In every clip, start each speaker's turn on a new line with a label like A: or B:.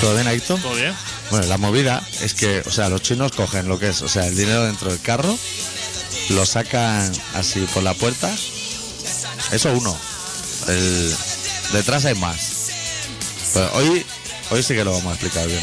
A: ¿Todo bien, Aito?
B: Todo bien.
A: Bueno, la movida es que, o sea, los chinos cogen lo que es, o sea, el dinero dentro del carro, lo sacan así por la puerta. Eso uno. El- detrás hay más. Pero hoy, hoy sí que lo vamos a explicar bien.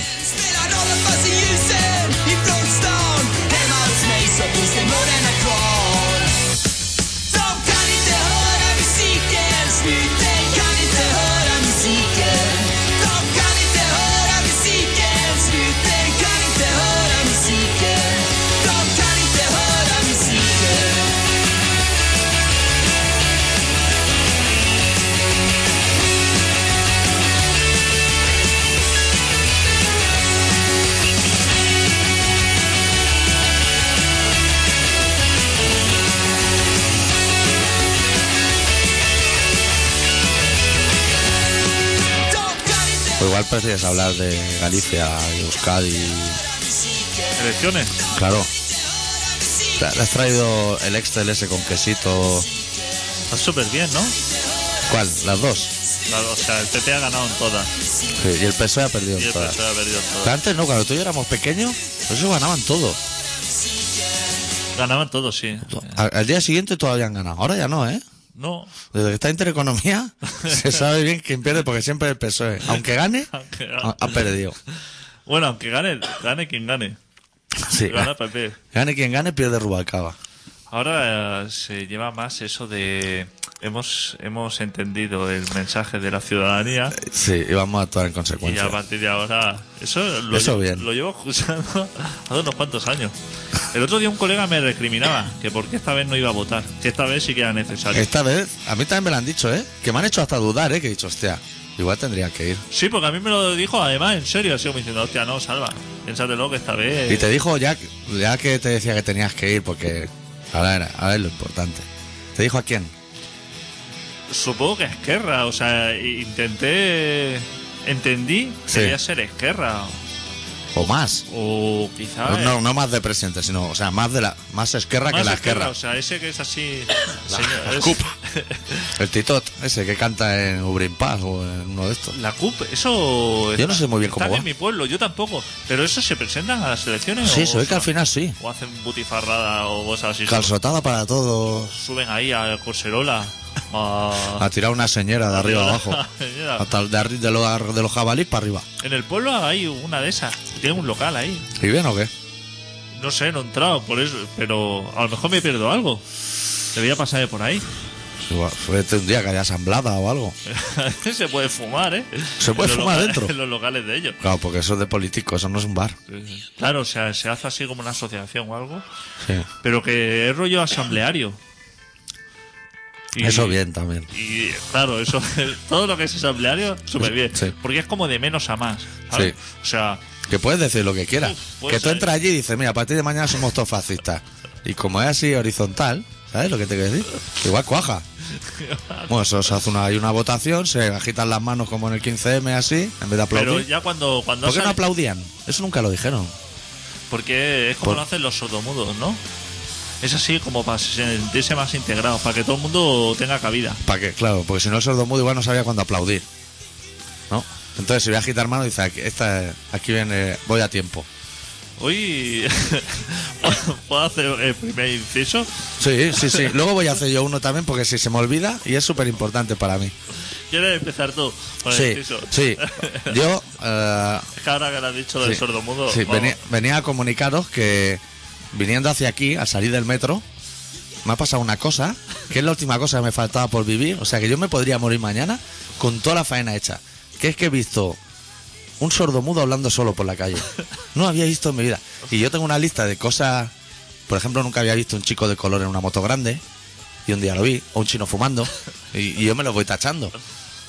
A: O Pues igual prefieres hablar de Galicia, de Euskadi.
B: Elecciones.
A: Claro. ¿Te te has traído el Excel ese con quesito?
B: Está súper bien, ¿no?
A: ¿Cuál? ¿Las dos?
B: Claro, o sea, el PP ha ganado en todas.
A: Sí, y el PSOE ha perdido
B: Y el
A: todas.
B: PSOE ha perdido en
A: Pero
B: todas.
A: antes no, cuando tú y yo éramos pequeños, eso ganaban todo.
B: Ganaban todos, sí.
A: A- Al día siguiente todavía han ganado. Ahora ya no, ¿eh?
B: No,
A: Desde que está Intereconomía se sabe bien quién pierde porque siempre el PSOE. Aunque gane,
B: Aunque gane.
A: ha, ha perdido.
B: bueno, aunque gane, gane quien gane.
A: Sí.
B: Gana el PP.
A: Gane quien gane, pierde Rubalcaba.
B: Ahora eh, se lleva más eso de... Hemos, hemos entendido el mensaje de la ciudadanía
A: Sí, y vamos a actuar en
B: y
A: consecuencia.
B: a partir de ahora... Eso lo,
A: Eso
B: lle-
A: bien.
B: lo llevo escuchando hace unos cuantos años. El otro día un colega me recriminaba que por qué esta vez no iba a votar, que esta vez sí que era necesario.
A: Esta vez, a mí también me lo han dicho, ¿eh? Que me han hecho hasta dudar, ¿eh? Que he dicho, hostia, igual tendría que ir.
B: Sí, porque a mí me lo dijo, además, en serio, así como diciendo, hostia, no, salva, piénsatelo que esta vez...
A: Y te dijo ya, ya que te decía que tenías que ir porque ahora, era, ahora es lo importante. ¿Te dijo a quién?
B: Supongo que Esquerra, o sea, i- intenté... Entendí que
A: Sí.
B: quería ser Esquerra,
A: ¿O más?
B: o quizá... eh,
A: Pues No, no más de presidente, sino, o sea, más de la más esquerra que
B: más
A: la esquerra.
B: Esquerra, O sea, ese que es así... señor,
A: la
B: es-
A: CUP. El titot, ese que canta en Ubrin Paz o en uno de estos.
B: La CUP, eso...
A: Yo no sé muy bien cómo
B: está
A: va.
B: en mi pueblo, yo tampoco. Pero eso se presentan a las elecciones
A: Sí,
B: o...
A: se ve que al
B: sea,
A: final sí.
B: O hacen butifarrada o cosas así.
A: Calzotada para todos.
B: Suben ahí a Corserola, a...
A: A tirar una señora de arriba abajo.
B: Señora.
A: Hasta el de, arri- de los, de los jabalíes para arriba.
B: En el pueblo hay una de esas. Tiene un local ahí.
A: ¿Y bien o qué?
B: No sé, no he entrado por eso, pero a lo mejor me pierdo algo. Debía pasar de por ahí.
A: Igual, Vete un día que haya asamblada o algo.
B: Se puede fumar, ¿eh?
A: Se puede
B: En los
A: fumar
B: locales-
A: dentro.
B: En los locales de ellos.
A: Claro, porque eso es de político, eso no es un bar.
B: Claro, o sea, se hace así como una asociación o algo,
A: Sí.
B: pero que es rollo asambleario. Y-
A: Eso bien también.
B: Y claro, eso, todo lo que es asambleario, súper bien.
A: Sí.
B: Porque es como de menos a más. ¿sabes?
A: Sí.
B: O sea,
A: Que puedes decir lo que quieras.
B: Uf, pues,
A: que tú
B: eh.
A: entras allí y dices, mira, a partir de mañana somos todos fascistas. Y como es así horizontal, ¿sabes lo que te quiero decir? Igual cuaja. Bueno, eso se hace una, hay una votación, se agitan las manos como en el 15M así, en vez de
B: pero
A: aplaudir.
B: ya cuando, cuando
A: ¿Por qué no
B: sale-
A: aplaudían? Eso nunca lo dijeron.
B: Porque es como
A: Por-
B: lo hacen los sodomudos, ¿no? Es así como para sentirse más integrados, para que todo el mundo tenga cabida.
A: ¿Para qué? Claro, porque si no el sordo mudo igual no sabía cuándo aplaudir. ¿No? Entonces si voy a agitar manos dice, aquí, esta, aquí viene, voy a tiempo.
B: Hoy puedo hacer el primer inciso.
A: Sí, sí, sí. Luego voy a hacer yo uno también porque si se me olvida y es súper importante para mí.
B: ¿Quieres empezar tú con el
A: Sí,
B: inciso?
A: sí. Yo eh,
B: Es que ahora que lo has dicho del
A: Sí.
B: sordomudo,
A: Sí,
B: vamos.
A: venía, venía a comunicaros que viniendo hacia aquí, al salir del metro, me ha pasado una cosa, que es la última cosa que me faltaba por vivir. O sea, que yo me podría morir mañana con toda la faena hecha. Que es que he visto un sordomudo hablando solo por la calle. No había visto en mi vida. Y yo tengo una lista de cosas Por ejemplo, nunca había visto un chico de color en una moto grande y un día lo vi, o un chino fumando, y, y yo me los voy tachando.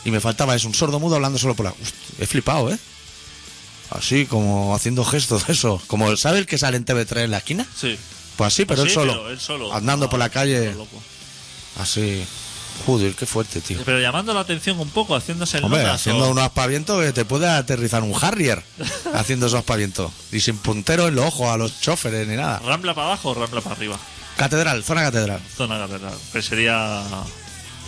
A: Y me faltaba es un sordo mudo hablando solo por la. Ust, he flipado, ¿eh? Así, como haciendo gestos, eso. Como, ¿sabe el que sale en TV3 en la esquina?
B: Sí.
A: Pues así, pero
B: Sí,
A: él solo.
B: pero él solo.
A: Andando
B: Ah,
A: por la calle,
B: lo loco.
A: así. Joder, qué fuerte, tío.
B: Pero llamando la atención un poco, haciéndose el
A: Hombre,
B: notas
A: haciendo
B: o-
A: unos aspavientos que te puede aterrizar un Harrier haciendo esos aspavientos. Y sin puntero en los ojos a los choferes ni nada.
B: ¿Rambla para abajo o rambla para arriba?
A: Catedral, zona catedral.
B: Zona catedral. Que sería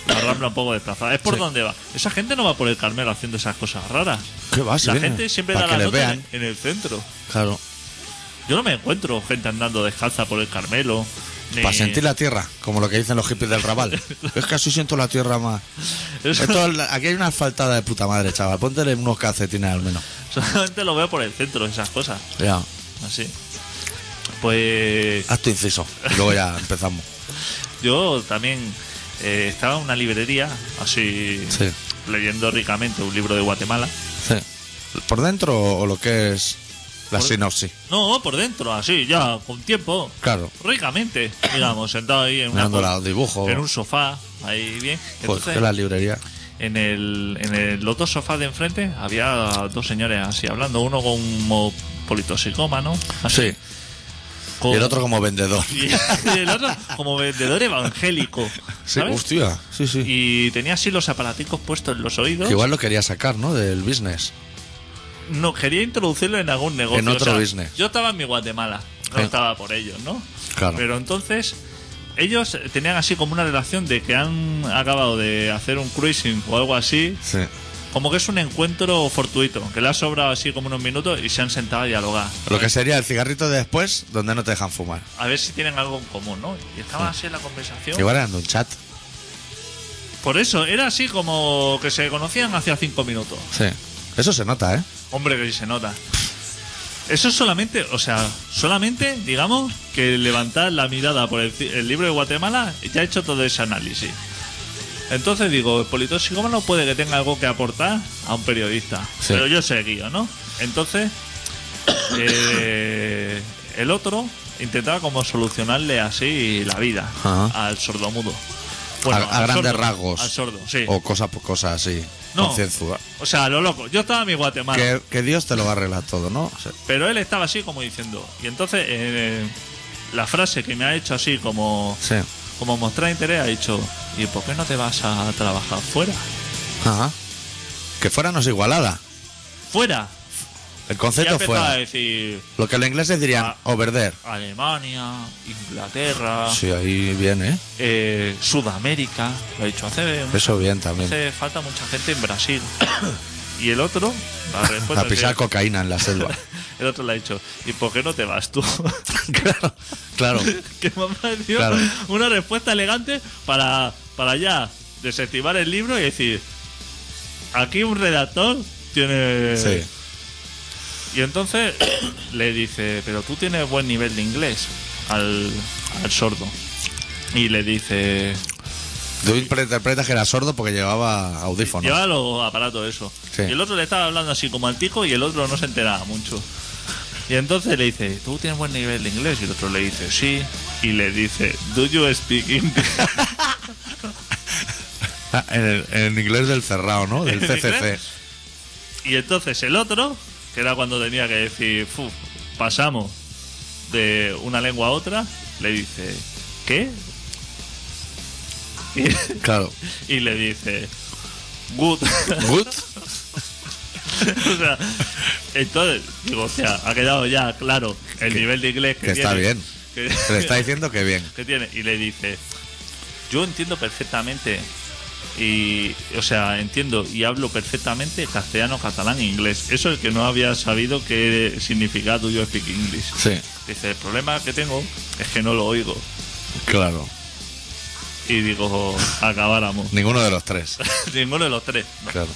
B: la rambla un poco desplazada. Es por
A: Sí.
B: donde va. Esa gente no va por el Carmelo haciendo esas cosas raras.
A: ¿Qué va? Si
B: la
A: vienen,
B: gente siempre
A: para
B: da
A: que
B: la
A: les
B: nota
A: vean.
B: en el centro.
A: Claro.
B: Yo no me encuentro gente andando descalza por el Carmelo. ni-
A: Para sentir la tierra, como lo que dicen los hippies del Raval. es que así siento la tierra más.
B: Eso-
A: Esto es la- aquí hay una asfaltada de puta madre, chaval. Póntele unos calcetines al menos.
B: Solamente lo veo por el centro, esas cosas.
A: Ya,
B: Así. Pues
A: haz tu inciso. Y luego ya empezamos.
B: yo también eh, estaba en una librería, así
A: Sí.
B: leyendo ricamente un libro de Guatemala.
A: Sí. ¿Por dentro o lo que es la
B: Por-
A: sinopsis?
B: No, por dentro, así, ya, con tiempo.
A: Claro.
B: Ricamente, digamos, sentado ahí en, una
A: Mirando
B: col-
A: los dibujos.
B: en un sofá, ahí bien.
A: Pues
B: Entonces,
A: que la librería.
B: en, el, en el- los dos sofás de enfrente había dos señores así hablando, uno como politoxicómano, así,
A: Sí.
B: con-
A: Y el otro como vendedor.
B: y el otro como vendedor evangélico.
A: Sí,
B: ¿sabes?
A: hostia. Sí, sí.
B: Y tenía así los aparaticos puestos en los oídos.
A: Que igual lo quería sacar, ¿no? Del business.
B: No, quería introducirlo en algún negocio.
A: En otro
B: o sea,
A: business.
B: Yo estaba en mi Guatemala, no
A: Eh.
B: estaba por ellos, ¿no?
A: Claro.
B: Pero entonces, ellos tenían así como una relación de que han acabado de hacer un cruising o algo así,
A: Sí.
B: como que es un encuentro fortuito, que le ha sobrado así como unos minutos y se han sentado a dialogar.
A: Lo que sería el cigarrito de después, donde no te dejan fumar.
B: A ver si tienen algo en común, ¿no? Y estaban así en la conversación.
A: Igual era en un chat.
B: Por eso, era así como que se conocían hacía cinco minutos.
A: Sí. Eso se nota, ¿eh?
B: Hombre, que sí se nota. Eso es solamente, o sea, solamente, digamos, que levantar la mirada por el, ci- el libro de Guatemala ya he hecho todo ese análisis. Entonces digo, el politoxicómano puede que tenga algo que aportar a un periodista.
A: Sí.
B: Pero yo sé guío, ¿no? Entonces, eh, el otro intentaba como solucionarle así la vida
A: Ajá.
B: al sordomudo.
A: A- a
B: al
A: grandes
B: sordo,
A: rasgos.
B: Al sordo, sí.
A: O cosa por cosa así.
B: No.
A: concienzuda.
B: O sea, lo loco. Yo estaba en mi Guatemala.
A: Que, que Dios te lo va a arreglar todo, ¿no? O sea,
B: Pero él estaba así como diciendo. Y entonces eh, la frase que me ha hecho así como,
A: Sí.
B: como mostrar interés ha dicho, ¿y por qué no te vas a trabajar fuera?
A: Ajá. Que fuera no es igualada.
B: Fuera.
A: El
B: Ya
A: concepto
B: empezaba a
A: fuera.
B: decir
A: Lo que los ingleses dirían,
B: Ah.
A: overder.
B: Alemania, Inglaterra,
A: Sí, ahí bien, ¿eh?
B: eh, Sudamérica. Lo ha dicho hace,
A: Eso bien también.
B: hace falta mucha gente en Brasil. y el otro, la respuesta
A: A
B: que-
A: pisar cocaína en la selva.
B: el otro le ha dicho, ¿y por qué no te vas tú?
A: claro. Claro.
B: que me ha parecido
A: Claro.
B: una respuesta elegante para, para ya desactivar el libro y decir, aquí un redactor tiene...
A: Sí.
B: Y entonces le dice, pero tú tienes buen nivel de inglés al, al sordo. Y le dice,
A: Tú interpretas que era sordo porque llevaba audífonos.
B: lleva los aparatos eso.
A: Sí.
B: Y el otro le estaba hablando así como al tico y el otro no se enteraba mucho. Y entonces le dice, ¿tú tienes buen nivel de inglés? Y el otro le dice, sí. Y le dice, ¿do you speak English?
A: Ah, en, el- en inglés del cerrado, ¿no? Del
B: ¿En
A: CCC.
B: inglés? Y entonces el otro, que era cuando tenía que decir, "Fu, pasamos de una lengua a otra, le dice, ¿qué? Y,
A: Claro.
B: y le dice, good.
A: Good.
B: o sea, entonces, digo, o sea, ha quedado ya claro el nivel de inglés que,
A: que está
B: tiene.
A: bien.
B: Que-
A: Se le está diciendo que bien.
B: que tiene y le dice yo entiendo perfectamente y o sea entiendo y hablo perfectamente castellano catalán e inglés eso es que no había sabido qué significado yo speak English
A: Sí,
B: dice el problema que tengo es que no lo oigo
A: claro.
B: y digo acabáramos
A: Ninguno de los tres.
B: ninguno de los tres
A: Claro.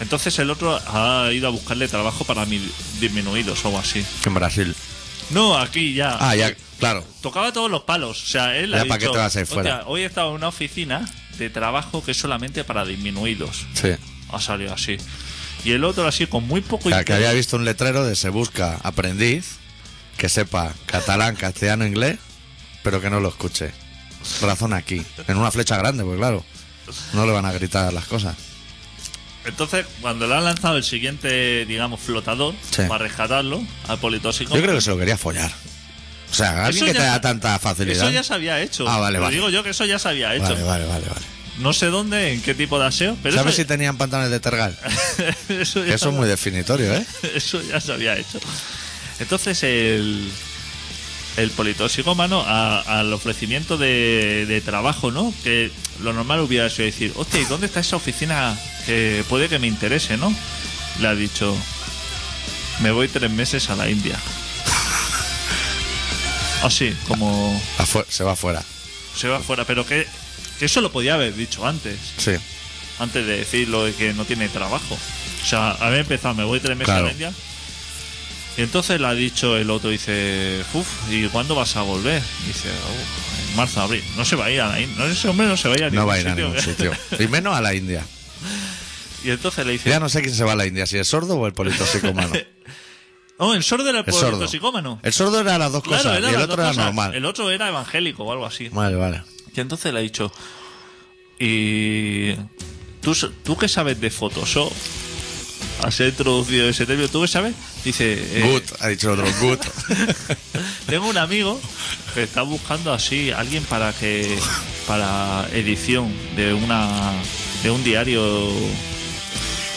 B: entonces el otro ha ido a buscarle trabajo para mi disminuidos o algo así
A: En Brasil.
B: no aquí ya
A: Ah, ya, claro.
B: tocaba todos los palos. O sea, él
A: Ya,
B: ha
A: ¿para
B: dicho,
A: qué te vas a ir fuera?
B: "Hostia, Hoy he estado en una oficina de trabajo que es solamente para disminuidos.
A: Sí.
B: Ha salido así. Y el otro así, con muy poco
A: O sea, que
B: interés.
A: había visto un letrero de se busca aprendiz que sepa catalán, castellano, inglés, pero que no lo escuche. Razón aquí, en una flecha grande, pues claro, no le van a gritar las cosas.
B: Entonces, cuando le han lanzado el siguiente, digamos, flotador
A: Sí.
B: para rescatarlo al politóxico.
A: Yo creo que se lo quería follar. O sea, alguien
B: Eso
A: que te
B: ya-
A: da tanta facilidad.
B: Eso ya se había hecho.
A: Ah, vale,
B: Lo
A: vale.
B: digo yo que eso ya se había hecho.
A: Vale, vale, vale, vale.
B: No sé dónde, en qué tipo de aseo, pero
A: ¿Sabes
B: eso,
A: si tenían pantalones de tergal?
B: eso ya,
A: Eso es muy definitorio, ¿eh?
B: eso ya se había hecho. Entonces, el, el politóxicómano, a- al ofrecimiento de, de trabajo, ¿no? Que lo normal hubiera sido decir, hostia, ¿y dónde está esa oficina que puede que me interese, ¿no? Le ha dicho, me voy tres meses a la India. Así, como
A: Afu- se va afuera.
B: se va fuera, pero que, que eso lo podía haber dicho antes.
A: Sí.
B: antes de decir lo de que no tiene trabajo. O sea, había empezado, me voy tres meses
A: Claro.
B: a la India. Y entonces le ha dicho el otro, dice, uff, ¿y cuándo vas a volver? Dice, "Uf, en marzo, abril. No se va a ir a la India. No, ese hombre no se va a ir a ningún
A: No va a ir a
B: sitio.
A: ningún sitio. Y menos a la India.
B: y entonces le dice,
A: Ya no sé quién se va a la India, si el sordo o el politoxicomano.
B: oh, el sordo era el
A: El sordo.
B: toxicómano.
A: El sordo era las dos cosas
B: Claro, era
A: y el
B: las
A: otro
B: dos
A: era
B: cosas.
A: normal.
B: El otro era evangélico o algo así.
A: Vale, vale.
B: Y entonces le ha dicho, ¿y tú, s- tú qué sabes de Photoshop? Has introducido ese término, ¿tú qué sabes? Dice, eh,
A: Good, ha dicho el otro. Good.
B: Tengo un amigo que está buscando así alguien para que para edición de una de un diario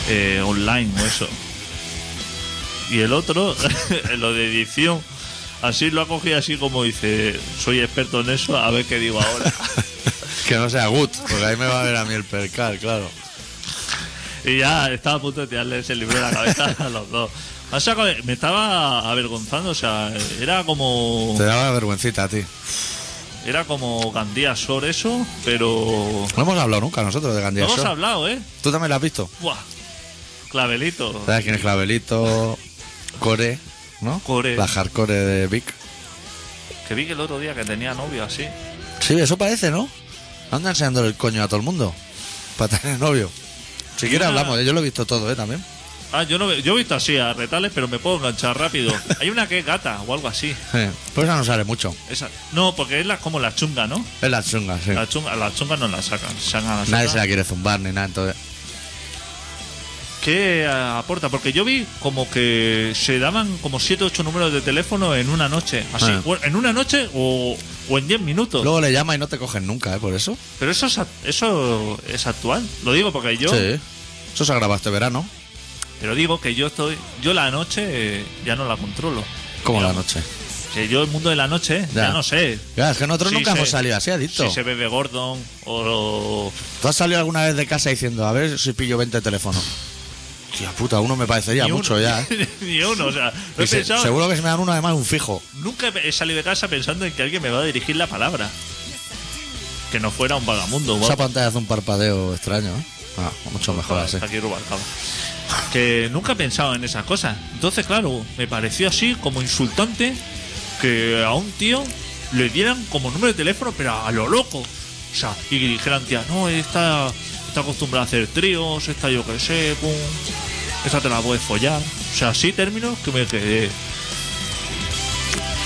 B: eh, online o eso. Y el otro, lo de edición, así lo ha cogido así como dice, soy experto en eso, a ver qué digo ahora.
A: que no sea good, porque ahí me va a ver a mí el percal, claro.
B: Y ya estaba a punto de tirarle ese libro de la cabeza a los dos. O sea, me estaba avergonzando, o sea, era como
A: Te daba vergüencita a ti.
B: era como Gandía sobre eso, pero
A: No hemos hablado nunca nosotros de Gandía
B: No hemos
A: Show.
B: hablado, ¿eh?
A: Tú también la has visto.
B: Buah. Clavelito.
A: ¿Sabes quién es Clavelito? Core, ¿no?
B: Core.
A: La hardcore de Vic. ¿Eh?
B: Que vi que el otro día que tenía novio así.
A: Sí, eso parece, ¿no? Anda enseñándole el coño a todo el mundo. Para tener novio. Si quieres
B: una-
A: hablamos, yo lo he visto todo, ¿eh? También.
B: Ah, yo no ve- yo he visto así a retales, pero me puedo enganchar rápido. Hay una que es gata o algo así.
A: Sí. Pues esa no sale mucho.
B: Esa. No, porque es la, como la chunga, ¿no?
A: Es la chunga, sí.
B: La chunga, la chunga no la sacan. sacan a la
A: Nadie
B: chunga.
A: se la quiere zumbar ni nada, entonces.
B: ¿Qué eh, aporta? Porque yo vi como que se daban como 7 8 números de teléfono en una noche. Así.
A: Ah.
B: O En una noche o, o en 10 minutos.
A: Luego le llama y no te cogen nunca, ¿eh? Por eso.
B: Pero eso es, act- eso es actual. Lo digo porque yo.
A: Sí. Eso se ha grabado este verano.
B: Pero digo que yo estoy. Yo la noche eh, ya no la controlo.
A: Como la
B: Digamos.
A: noche.
B: Que yo el mundo de la noche, eh, ya,
A: Ya.
B: no sé.
A: Ya, es que nosotros
B: Sí,
A: nunca
B: sí.
A: hemos salido así, adicto.
B: Si se bebe Gordon o... o-
A: ¿Tú has salido alguna vez de casa diciendo, a ver si pillo 20 teléfonos? Tía puta, uno me parecería
B: ni
A: mucho
B: uno.
A: ya, ¿eh?
B: Ni uno, o sea, no he
A: Y se-
B: pensado...
A: seguro que si me dan uno además un fijo.
B: Nunca he salido de casa pensando en que alguien me va a dirigir la palabra. Que no fuera un vagamundo.
A: Esa
B: guapo.
A: pantalla hace un parpadeo extraño, ¿eh? Ah, mucho mejor así.
B: Está aquí Rubalcaba. Que nunca he pensado en esas cosas. Entonces, claro, me pareció así como insultante que a un tío le dieran como número de teléfono, pero a lo loco. O sea, y que dijeran, tía, no, esta está acostumbrada a hacer tríos, esta yo que sé, pum, esta te la puedes follar. O sea, sí términos que me quedé.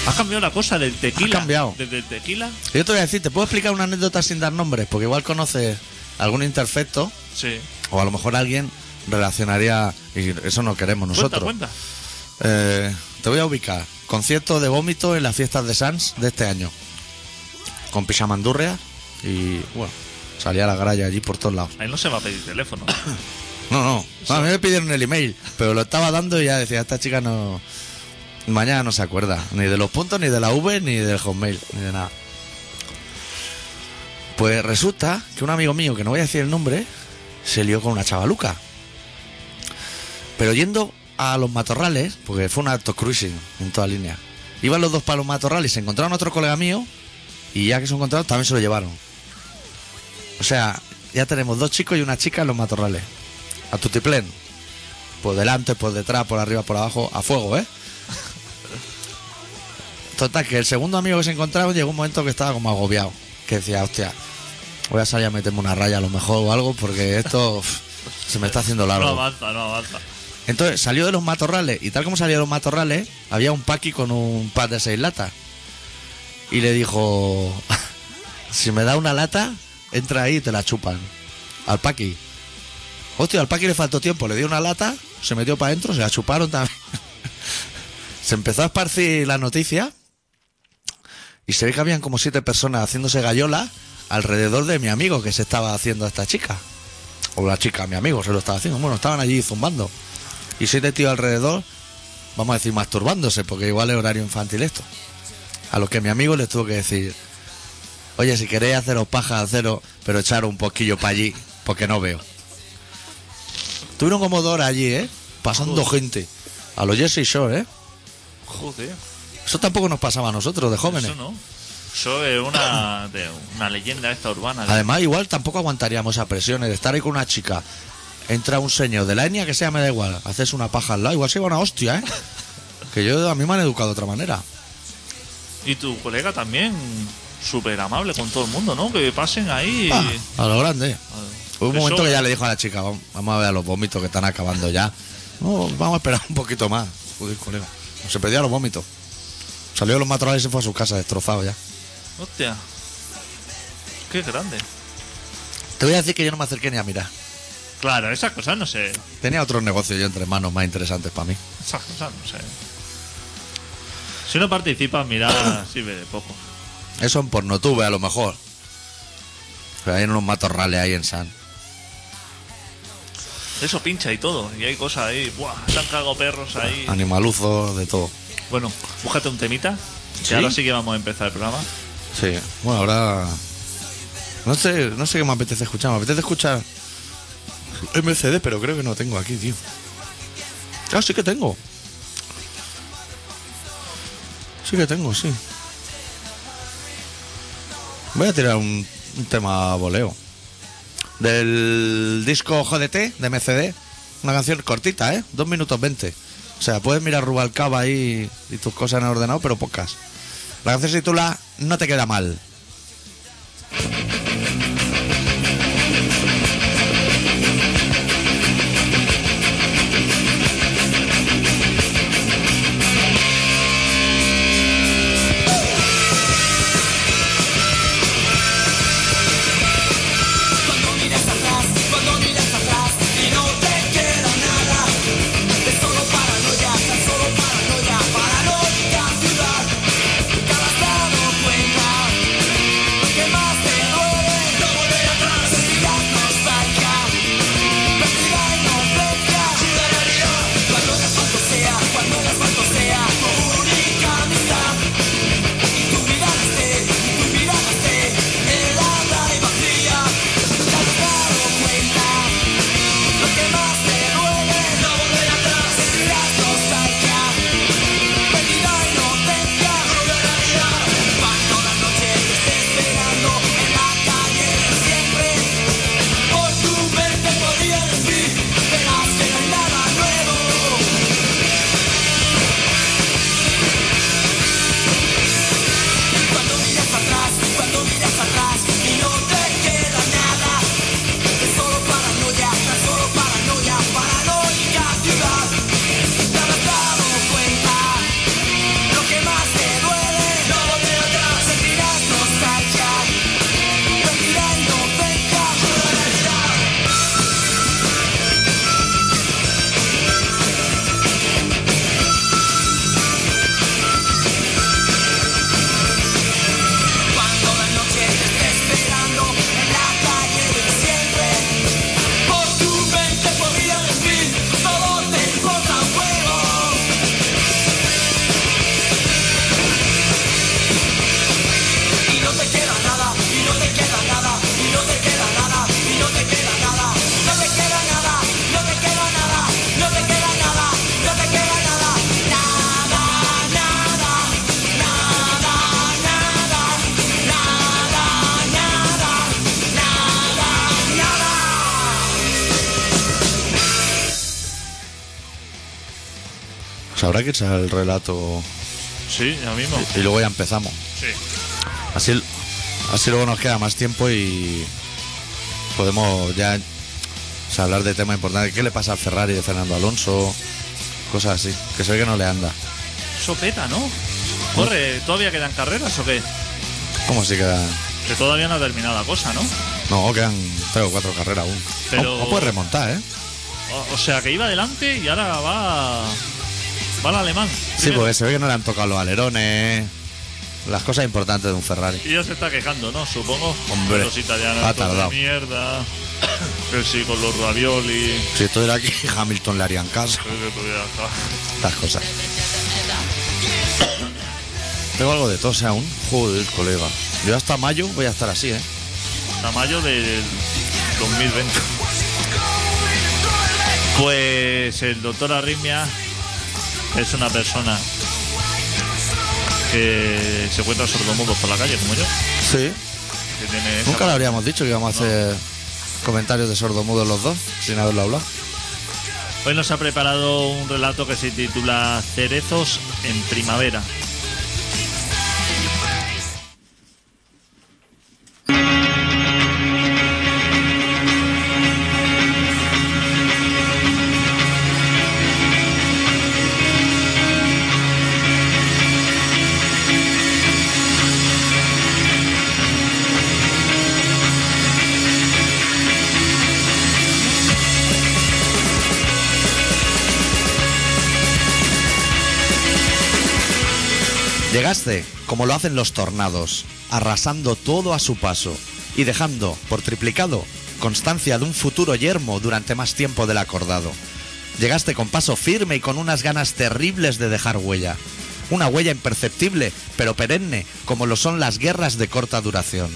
B: Ha cambiado la cosa del tequila.
A: cambiado.
B: Desde el tequila,
A: Yo te voy a decir, ¿te puedo explicar una anécdota sin dar nombres? Porque igual conoces algún imperfecto
B: sí.
A: o a lo mejor alguien relacionaría, y eso no queremos
B: Cuenta,
A: nosotros.
B: cuenta.
A: Eh, te voy a ubicar. Concierto de vómito en las fiestas de Sans de este año. Con Pisamandurria y, bueno, salía la gralla allí por todos lados.
B: Ahí no se va a pedir teléfono.
A: No, no. No, A mí me pidieron el email, pero lo estaba dando y ya decía, esta chica no... Mañana no se acuerda, ni de los puntos, ni de la V, ni del Hotmail, ni de nada. Pues resulta que un amigo mío, que no voy a decir el nombre, se lió con una chavaluca. Pero yendo a los matorrales, porque fue un acto cruising en toda línea, iban los dos para los matorrales, se encontraron otro colega mío y ya que se encontraron también se lo llevaron. O sea, ya tenemos dos chicos y una chica en los matorrales. A tutiplén. Por delante, por detrás, por arriba, por abajo, a fuego, ¿eh? Total, que el segundo amigo que se encontraba llegó un momento que estaba como agobiado. Que decía, hostia, voy a salir a meterme una raya a lo mejor o algo porque esto uf, se me está haciendo
B: No
A: largo.
B: avanza, no avanza.
A: Entonces salió de los matorrales y tal como salió de los matorrales, había un paqui con un par de seis latas. Y le dijo, si me da una lata, entra ahí y te la chupan. Al paqui. Hostia, al paqui le faltó tiempo, le dio una lata, se metió para adentro, se la chuparon también. se empezó a esparcir la noticia y se ve que habían como siete personas haciéndose gallola alrededor de mi amigo que se estaba haciendo a esta chica. O la chica, mi amigo, se lo estaba haciendo. Bueno, estaban allí zumbando. Y siete tíos alrededor, vamos a decir, masturbándose, porque igual es horario infantil esto. A lo que mi amigo les tuvo que decir, oye, si queréis haceros paja, haceros, pero echar un poquillo para allí, porque no veo. Tuvieron como dos horas allí, ¿eh? Pasando gente. A los Jersey Shore, ¿eh?
B: Joder.
A: Eso tampoco nos pasaba a nosotros de jóvenes.
B: Eso no. Eso es una, de una leyenda esta urbana. de-
A: Además, igual tampoco aguantaríamos esa presión ¿eh? de estar ahí con una chica. Entra un señor de la etnia que sea, me da igual. Haces una paja al lado, igual se iba una hostia, ¿eh? Que yo a mí me han educado de otra manera.
B: Y tu colega también, súper amable con todo el mundo, ¿no? Que pasen ahí. y-
A: Ah, a lo grande. Hubo un
B: Eso-
A: momento que ya le dijo a la chica, "Vam- vamos a ver a los vómitos que están acabando ya. No, vamos a esperar un poquito más. Joder, colega. Se perdió a los vómitos. Salió de los matorrales y se fue a su casa destrozado ya.
B: Hostia. Qué grande.
A: Te voy a decir que yo no me acerqué ni a mirar.
B: Claro, esas cosas no sé.
A: Tenía otros negocios yo entre manos más interesantes para mí.
B: Esas cosas no sé. Si no participas, mira, sirve de poco.
A: Eso en Pornotube a lo mejor. Pero hay unos matorrales ahí en San.
B: Eso pincha y todo. Y hay cosas ahí. Buah, se han cagado perros ahí.
A: Ah. Animaluzos, de todo.
B: Bueno, búscate un temita. Y
A: ¿Sí?
B: ahora sí que vamos a empezar el programa.
A: Sí. Bueno, ahora. No sé, no sé qué me apetece escuchar. Me apetece escuchar MCD, pero creo que no tengo aquí, tío. Ah, sí que tengo. Sí que tengo, sí. Voy a tirar un, un tema voleo. Del disco JDT de MCD. Una canción cortita, ¿eh? Dos minutos 20. O sea, puedes mirar Rubalcaba ahí y tus cosas en ordenado, pero pocas. La canción se titula No te queda mal.
C: Cuando miras atrás, cuando miras atrás y no te queda nada Es solo paranoia, tan solo paranoia, paranoia ciudad Nunca has dado cuenta Lo que más te duele no volver atrás Sentirás nostalgia, pérdida inocencia Chula realidad Cuando el asfalto sea, cuando el asfalto sea tu única amistad Y tu mirada esté, y tu mirada esté helada y vacía ya no dado cuenta, lo que más te duele es no volver atrás, sentirás nostalgia, perdida inocencia, cruda realidad. Cuando las noches te esté esperando en la calle siempre, por tu mente podría decir, verás que no hay nada nuevo. Cuando miras atrás, cuando miras atrás y no te queda nada Es solo paranoia, tan solo paranoia, paranoica ciudad Te habrás dado cuenta Lo que más te duele No volver atrás Sentirás nostalgia Perdida inocencia Cruda realidad Cuando la noche te esté esperando en la calle de siempre Por tu mente podría decir Todo te importa un huevo Y no te queda nada, y no te queda nada Y no te queda nada, y no te queda nada No te queda nada, no te queda nada No te queda nada, no te queda nada Nada, nada, nada, nada
A: Sabrá que echar el relato
B: Sí, ya mismo.
A: y luego ya empezamos.
B: Sí.
A: Así, así luego nos queda más tiempo y podemos ya O sea, hablar de temas importantes. ¿Qué le pasa al Ferrari de Fernando Alonso? Cosas así. Que se ve que no le anda.
B: Eso peta, ¿no? Corre, ¿todavía quedan carreras o qué?
A: ¿Cómo si queda?
B: Que todavía no ha terminado la cosa, ¿no?
A: No, quedan tres o cuatro carreras aún.
B: Pero-
A: No, no puede remontar, ¿eh?
B: O, o sea, que iba adelante y ahora va. Va al alemán.
A: Sí, pues.
B: Primero.
A: porque se ve que no le han tocado los alerones. Las cosas importantes de un Ferrari.
B: Y ya se está quejando, ¿no? Supongo.
A: Hombre,
B: Los italianos.
A: ha
B: estos de
A: tardado.
B: Mierda. Que sí, con los ravioli.
A: Si estuviera aquí, Hamilton le harían caso.
B: que se tuviera acá.
A: Estas cosas. Tengo algo de tos ¿eh? aún. Joder, colega. Yo hasta mayo voy a estar así, ¿eh?
B: A mayo del 2020. Pues el doctor Arritmia es una persona que se encuentra sordomudos por la calle, como yo.
A: Sí.
B: que tiene esa-
A: Nunca le habríamos dicho que íbamos a hacer comentarios de sordomudos los dos, sin haberlo hablado.
B: Hoy nos ha preparado un relato que se titula Cerezos en primavera.
A: Llegaste, como lo hacen los tornados, arrasando todo a su paso y dejando, por triplicado, constancia de un futuro yermo durante más tiempo del acordado. Llegaste con paso firme y con unas ganas terribles de dejar huella. Una huella imperceptible, pero perenne, como lo son las guerras de corta duración.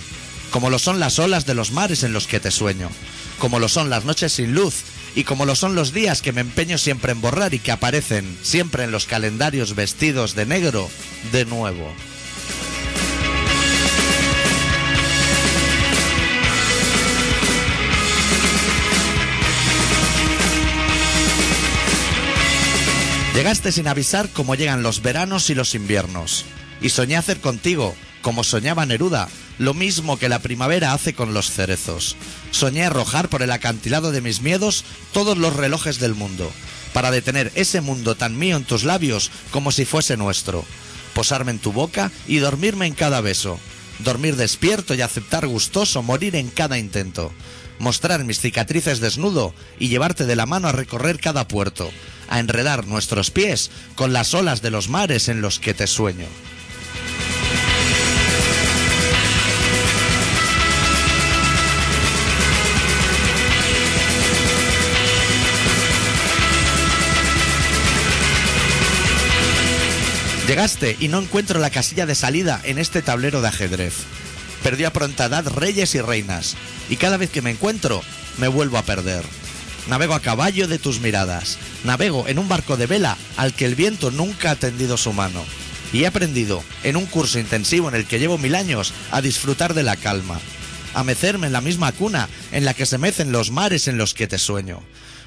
A: Como lo son las olas de los mares en los que te sueño. Como lo son las noches sin luz. Y como lo son los días que me empeño siempre en borrar y que aparecen siempre en los calendarios vestidos de negro de nuevo. Llegaste sin avisar como llegan los veranos y los inviernos. Y soñé hacer contigo, como soñaba Neruda, lo mismo que la primavera hace con los cerezos. Soñé arrojar por el acantilado de mis miedos todos los relojes del mundo, para detener ese mundo tan mío en tus labios como si fuese nuestro. Posarme en tu boca y dormirme en cada beso. Dormir despierto y aceptar gustoso morir en cada intento. Mostrar mis cicatrices desnudo y llevarte de la mano a recorrer cada puerto. A enredar nuestros pies con las olas de los mares en los que te sueño. Llegaste y no encuentro la casilla de salida en este tablero de ajedrez. Perdí a pronta edad reyes y reinas, y cada vez que me encuentro, me vuelvo a perder. Navego a caballo de tus miradas, navego en un barco de vela al que el viento nunca ha tendido su mano. Y he aprendido, en un curso intensivo en el que llevo mil años, a disfrutar de la calma, a mecerme en la misma cuna en la que se mecen los mares en los que te sueño,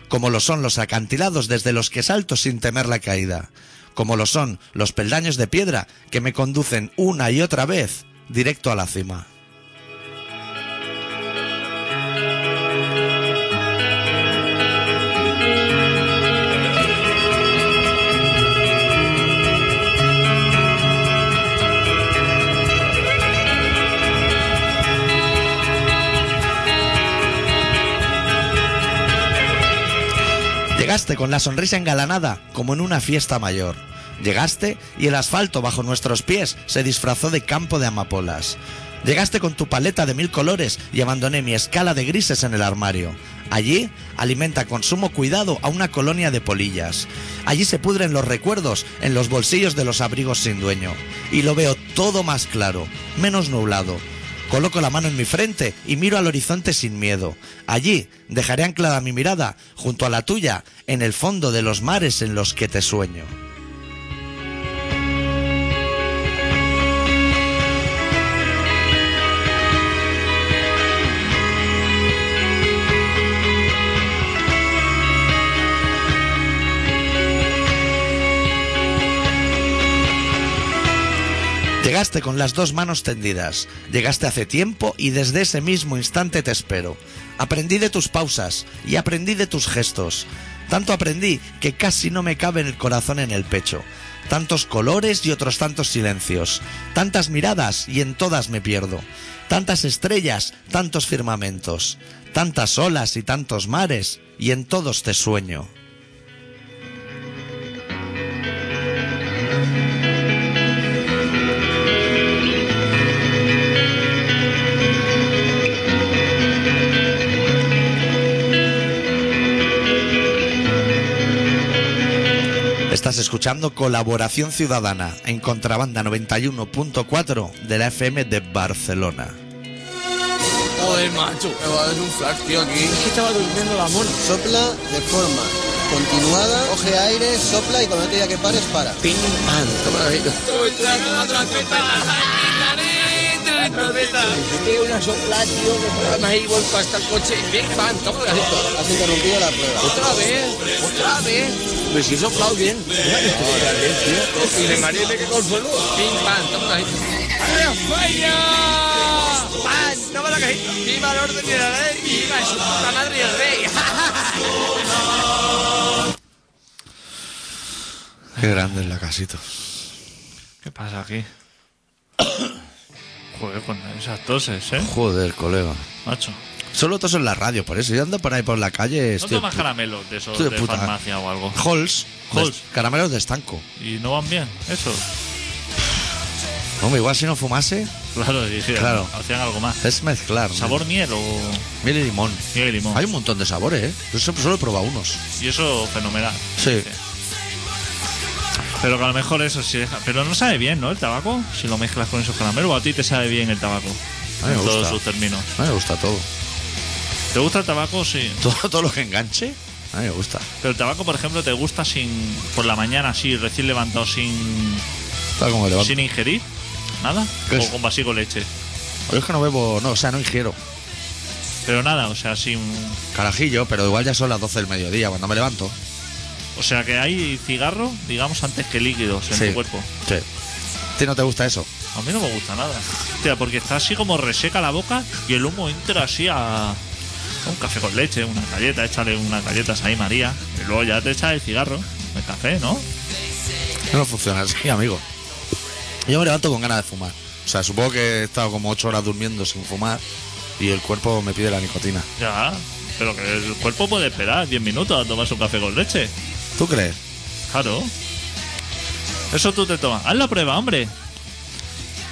A: como lo son los acantilados desde los que salto sin temer la caída, como lo son los peldaños de piedra que me conducen una y otra vez directo a la cima. Llegaste con la sonrisa engalanada como en una fiesta mayor. Llegaste y el asfalto bajo nuestros pies se disfrazó de campo de amapolas. Llegaste con tu paleta de mil colores y abandoné mi escala de grises en el armario. Allí alimenta con sumo cuidado a una colonia de polillas. Allí se pudren los recuerdos en los bolsillos de los abrigos sin dueño. Y lo veo todo más claro, menos nublado. Coloco la mano en mi frente y miro al horizonte sin miedo. Allí dejaré anclada mi mirada junto a la tuya en el fondo de los mares en los que te sueño. Llegaste con las dos manos tendidas, llegaste hace tiempo y desde ese mismo instante te espero. Aprendí de tus pausas y aprendí de tus gestos. Tanto aprendí que casi no me cabe el corazón en el pecho. Tantos colores y otros tantos silencios. Tantas miradas y en todas me pierdo. Tantas estrellas, tantos firmamentos. Tantas olas y tantos mares y en todos te sueño. Estás escuchando Colaboración Ciudadana en Contrabanda 91.4 de la FM de Barcelona.
D: Joder, macho. Me va a dar un flash, tío, aquí.
E: que estaba durmiendo la mona.
F: Sopla de forma continuada, coge aire, sopla y cuando te diga que pares, para.
E: Ping, pan.
D: Qué maravilla.
E: Tiene una sopla, tío, que por la
D: Además, ahí vuelvo hasta el coche y big bang, toma la gente.
F: Has interrumpido la prueba.
D: Otra vez, otra vez.
E: Pues si he soplado bien.
D: Y de Marielle, qué consuelo. Pim, pam, toma la gente. ¡Arriba, fuera! ¡Pan! ¡Toma la cajita! ¡Viva el orden y la ley! ¡Viva su puta madre y el rey!
A: Qué grande es la casita.
B: ¿Qué pasa aquí? Joder, con esas toses, ¿eh?
A: Joder, colega.
B: Macho.
A: Solo todos en la radio, por eso. Yo ando por ahí por la calle.
B: No
A: estoy-
B: tomas caramelos de esos
A: Este estoy
B: de
A: de puta.
B: farmacia o algo.
A: Halls.
B: Halls.
A: de- Caramelos de estanco.
B: Y no van bien, eso.
A: Hombre, igual si no fumase,
B: Claro, y sí,
A: Claro.
B: hacían algo más.
A: es mezclar. ¿no?
B: ¿Sabor miel o
A: Miel y limón.
B: miel y limón?
A: Hay un montón de sabores, ¿eh? Yo siempre solo he probado unos.
B: Y eso fenomenal.
A: Sí.
B: Pero que a lo mejor eso sí. Pero no sabe bien, ¿no? El tabaco. Si lo mezclas con esos caramelos, o a ti te sabe bien el tabaco.
A: A mí me
B: en todos
A: gusta.
B: sus términos.
A: A mí me gusta todo.
B: ¿Te gusta el tabaco? Sí.
A: Todo, todo lo que enganche, a mí me gusta.
B: Pero el tabaco, por ejemplo, ¿te gusta sin por la mañana así, recién levantado, sin,
A: Tal como me levanto.
B: sin ingerir? ¿Nada?
A: ¿Qué es?
B: O con vasico de leche.
A: Yo es que no bebo, no, o sea, no ingiero.
B: Pero nada, o sea, sin.
A: Carajillo, pero igual ya son las 12 del mediodía cuando me levanto.
B: O sea, que hay cigarro, digamos, antes que líquidos en
A: Sí.
B: tu cuerpo.
A: Sí. ¿A ti no te gusta eso?
B: A mí no me gusta nada. Hostia, porque está así como reseca la boca y el humo entra así a. a Un café con leche, una galleta, échale unas galletas ahí, María. Y luego ya te echas el cigarro, el café, ¿no?
A: No funciona así, amigo. Yo me levanto con ganas de fumar. O sea, supongo que he estado como ocho horas durmiendo sin fumar y el cuerpo me pide la nicotina.
B: Ya. Pero que el cuerpo puede esperar 10 minutos a tomarse un café con leche.
A: ¿Tú crees?
B: Claro. Eso tú te tomas. Haz la prueba, hombre.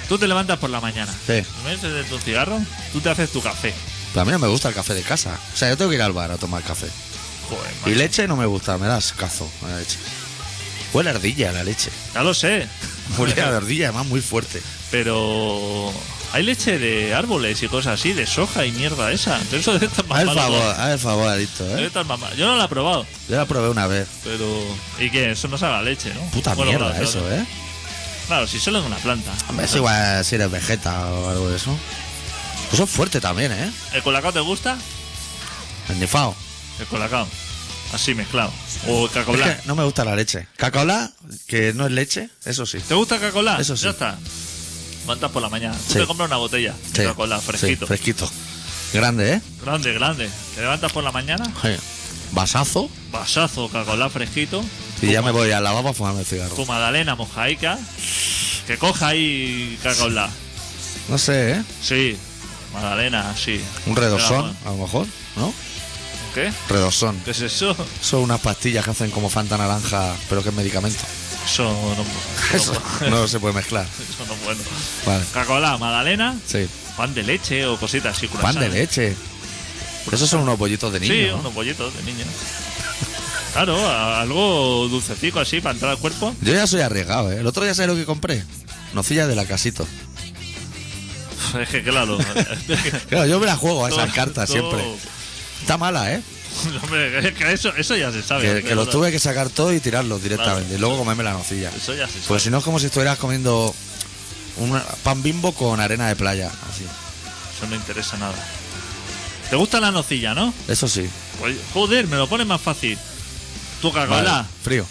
B: Tú te levantas por la mañana.
A: Sí.
B: Me dices de tu cigarro, tú te haces tu café.
A: Pero a mí no me gusta el café de casa. O sea, yo tengo que ir al bar a tomar café.
B: Joder,
A: Y
B: macho.
A: leche no me gusta, me das cazo la leche. Huele a ardilla la leche.
B: Ya lo sé.
A: Huele a ardilla, además muy fuerte.
B: Pero hay leche de árboles y cosas así, de soja y mierda esa. Pero eso debe estar más
A: Haz el
B: malo
A: favor,
B: que-
A: haz el favor, adicto,
B: debe
A: ¿eh?
B: estar más malo. Yo no la he probado,
A: Yo la probé una vez.
B: pero. ¿Y qué? Eso no sabe a leche, ¿no?
A: Puta
B: Bueno,
A: mierda
B: claro,
A: eso,
B: claro.
A: ¿eh?
B: Claro, si solo es una planta.
A: Hombre, es igual si eres vegeta o algo de eso. Eso es fuerte también, ¿eh?
B: ¿El colacao te gusta?
A: Endifao.
B: El colacao. Así mezclado. O el
A: Es
B: cacolá.
A: que no me gusta la leche. Cacaola, que no es leche, eso sí.
B: ¿Te gusta Coca-Cola?
A: Eso sí.
B: Ya está. Levantas por la mañana. Tú
A: Sí.
B: te compras una botella de
A: Sí,
B: Coca-Cola, fresquito.
A: sí, fresquito. Grande, ¿eh?
B: Grande, grande. Te levantas por la mañana,
A: Sí. Vasazo.
B: vasazo Coca-Cola fresquito,
A: Y ya me voy al lavabo a fumarme el cigarro.
B: tu magdalena mojaica, que coja ahí Coca-Cola.
A: No sé, ¿eh?
B: Sí, magdalena, sí.
A: Un redosón, a lo mejor, ¿no?
B: ¿Qué?
A: Redosón.
B: ¿Qué es eso?
A: Son unas pastillas que hacen como Fanta Naranja, pero que es medicamento.
B: Eso no, eso
A: Eso
B: no,
A: no se puede mezclar.
B: eso no es bueno.
A: Vale,
B: Coca-Cola, magdalena,
A: sí.
B: pan de leche o cositas así.
A: Pan de
B: croissant.
A: leche. Esos son unos bollitos de niño.
B: Sí,
A: ¿no?
B: unos bollitos de niño. Claro, a- algo dulcecico así para entrar al cuerpo.
A: Yo ya soy arriesgado, ¿eh? El otro día sabes lo que compré. Nocilla de la casito.
B: Es que claro.
A: Claro, yo me la juego a esas
B: Todo-
A: cartas
B: todo-
A: siempre. Está mala, ¿eh?
B: Hombre, es que eso, eso ya se sabe.
A: Que, que los tuve que sacar todos y tirarlos directamente. Y luego comerme la nocilla.
B: Eso ya se sabe.
A: Pues si no es como si estuvieras comiendo un pan bimbo con arena de playa. Así.
B: Eso no interesa nada. ¿Te gusta la nocilla, no?
A: Eso sí.
B: Pues, joder, me lo pones más fácil. Tu
A: Vale, Pues
B: cacolá,
A: Frío.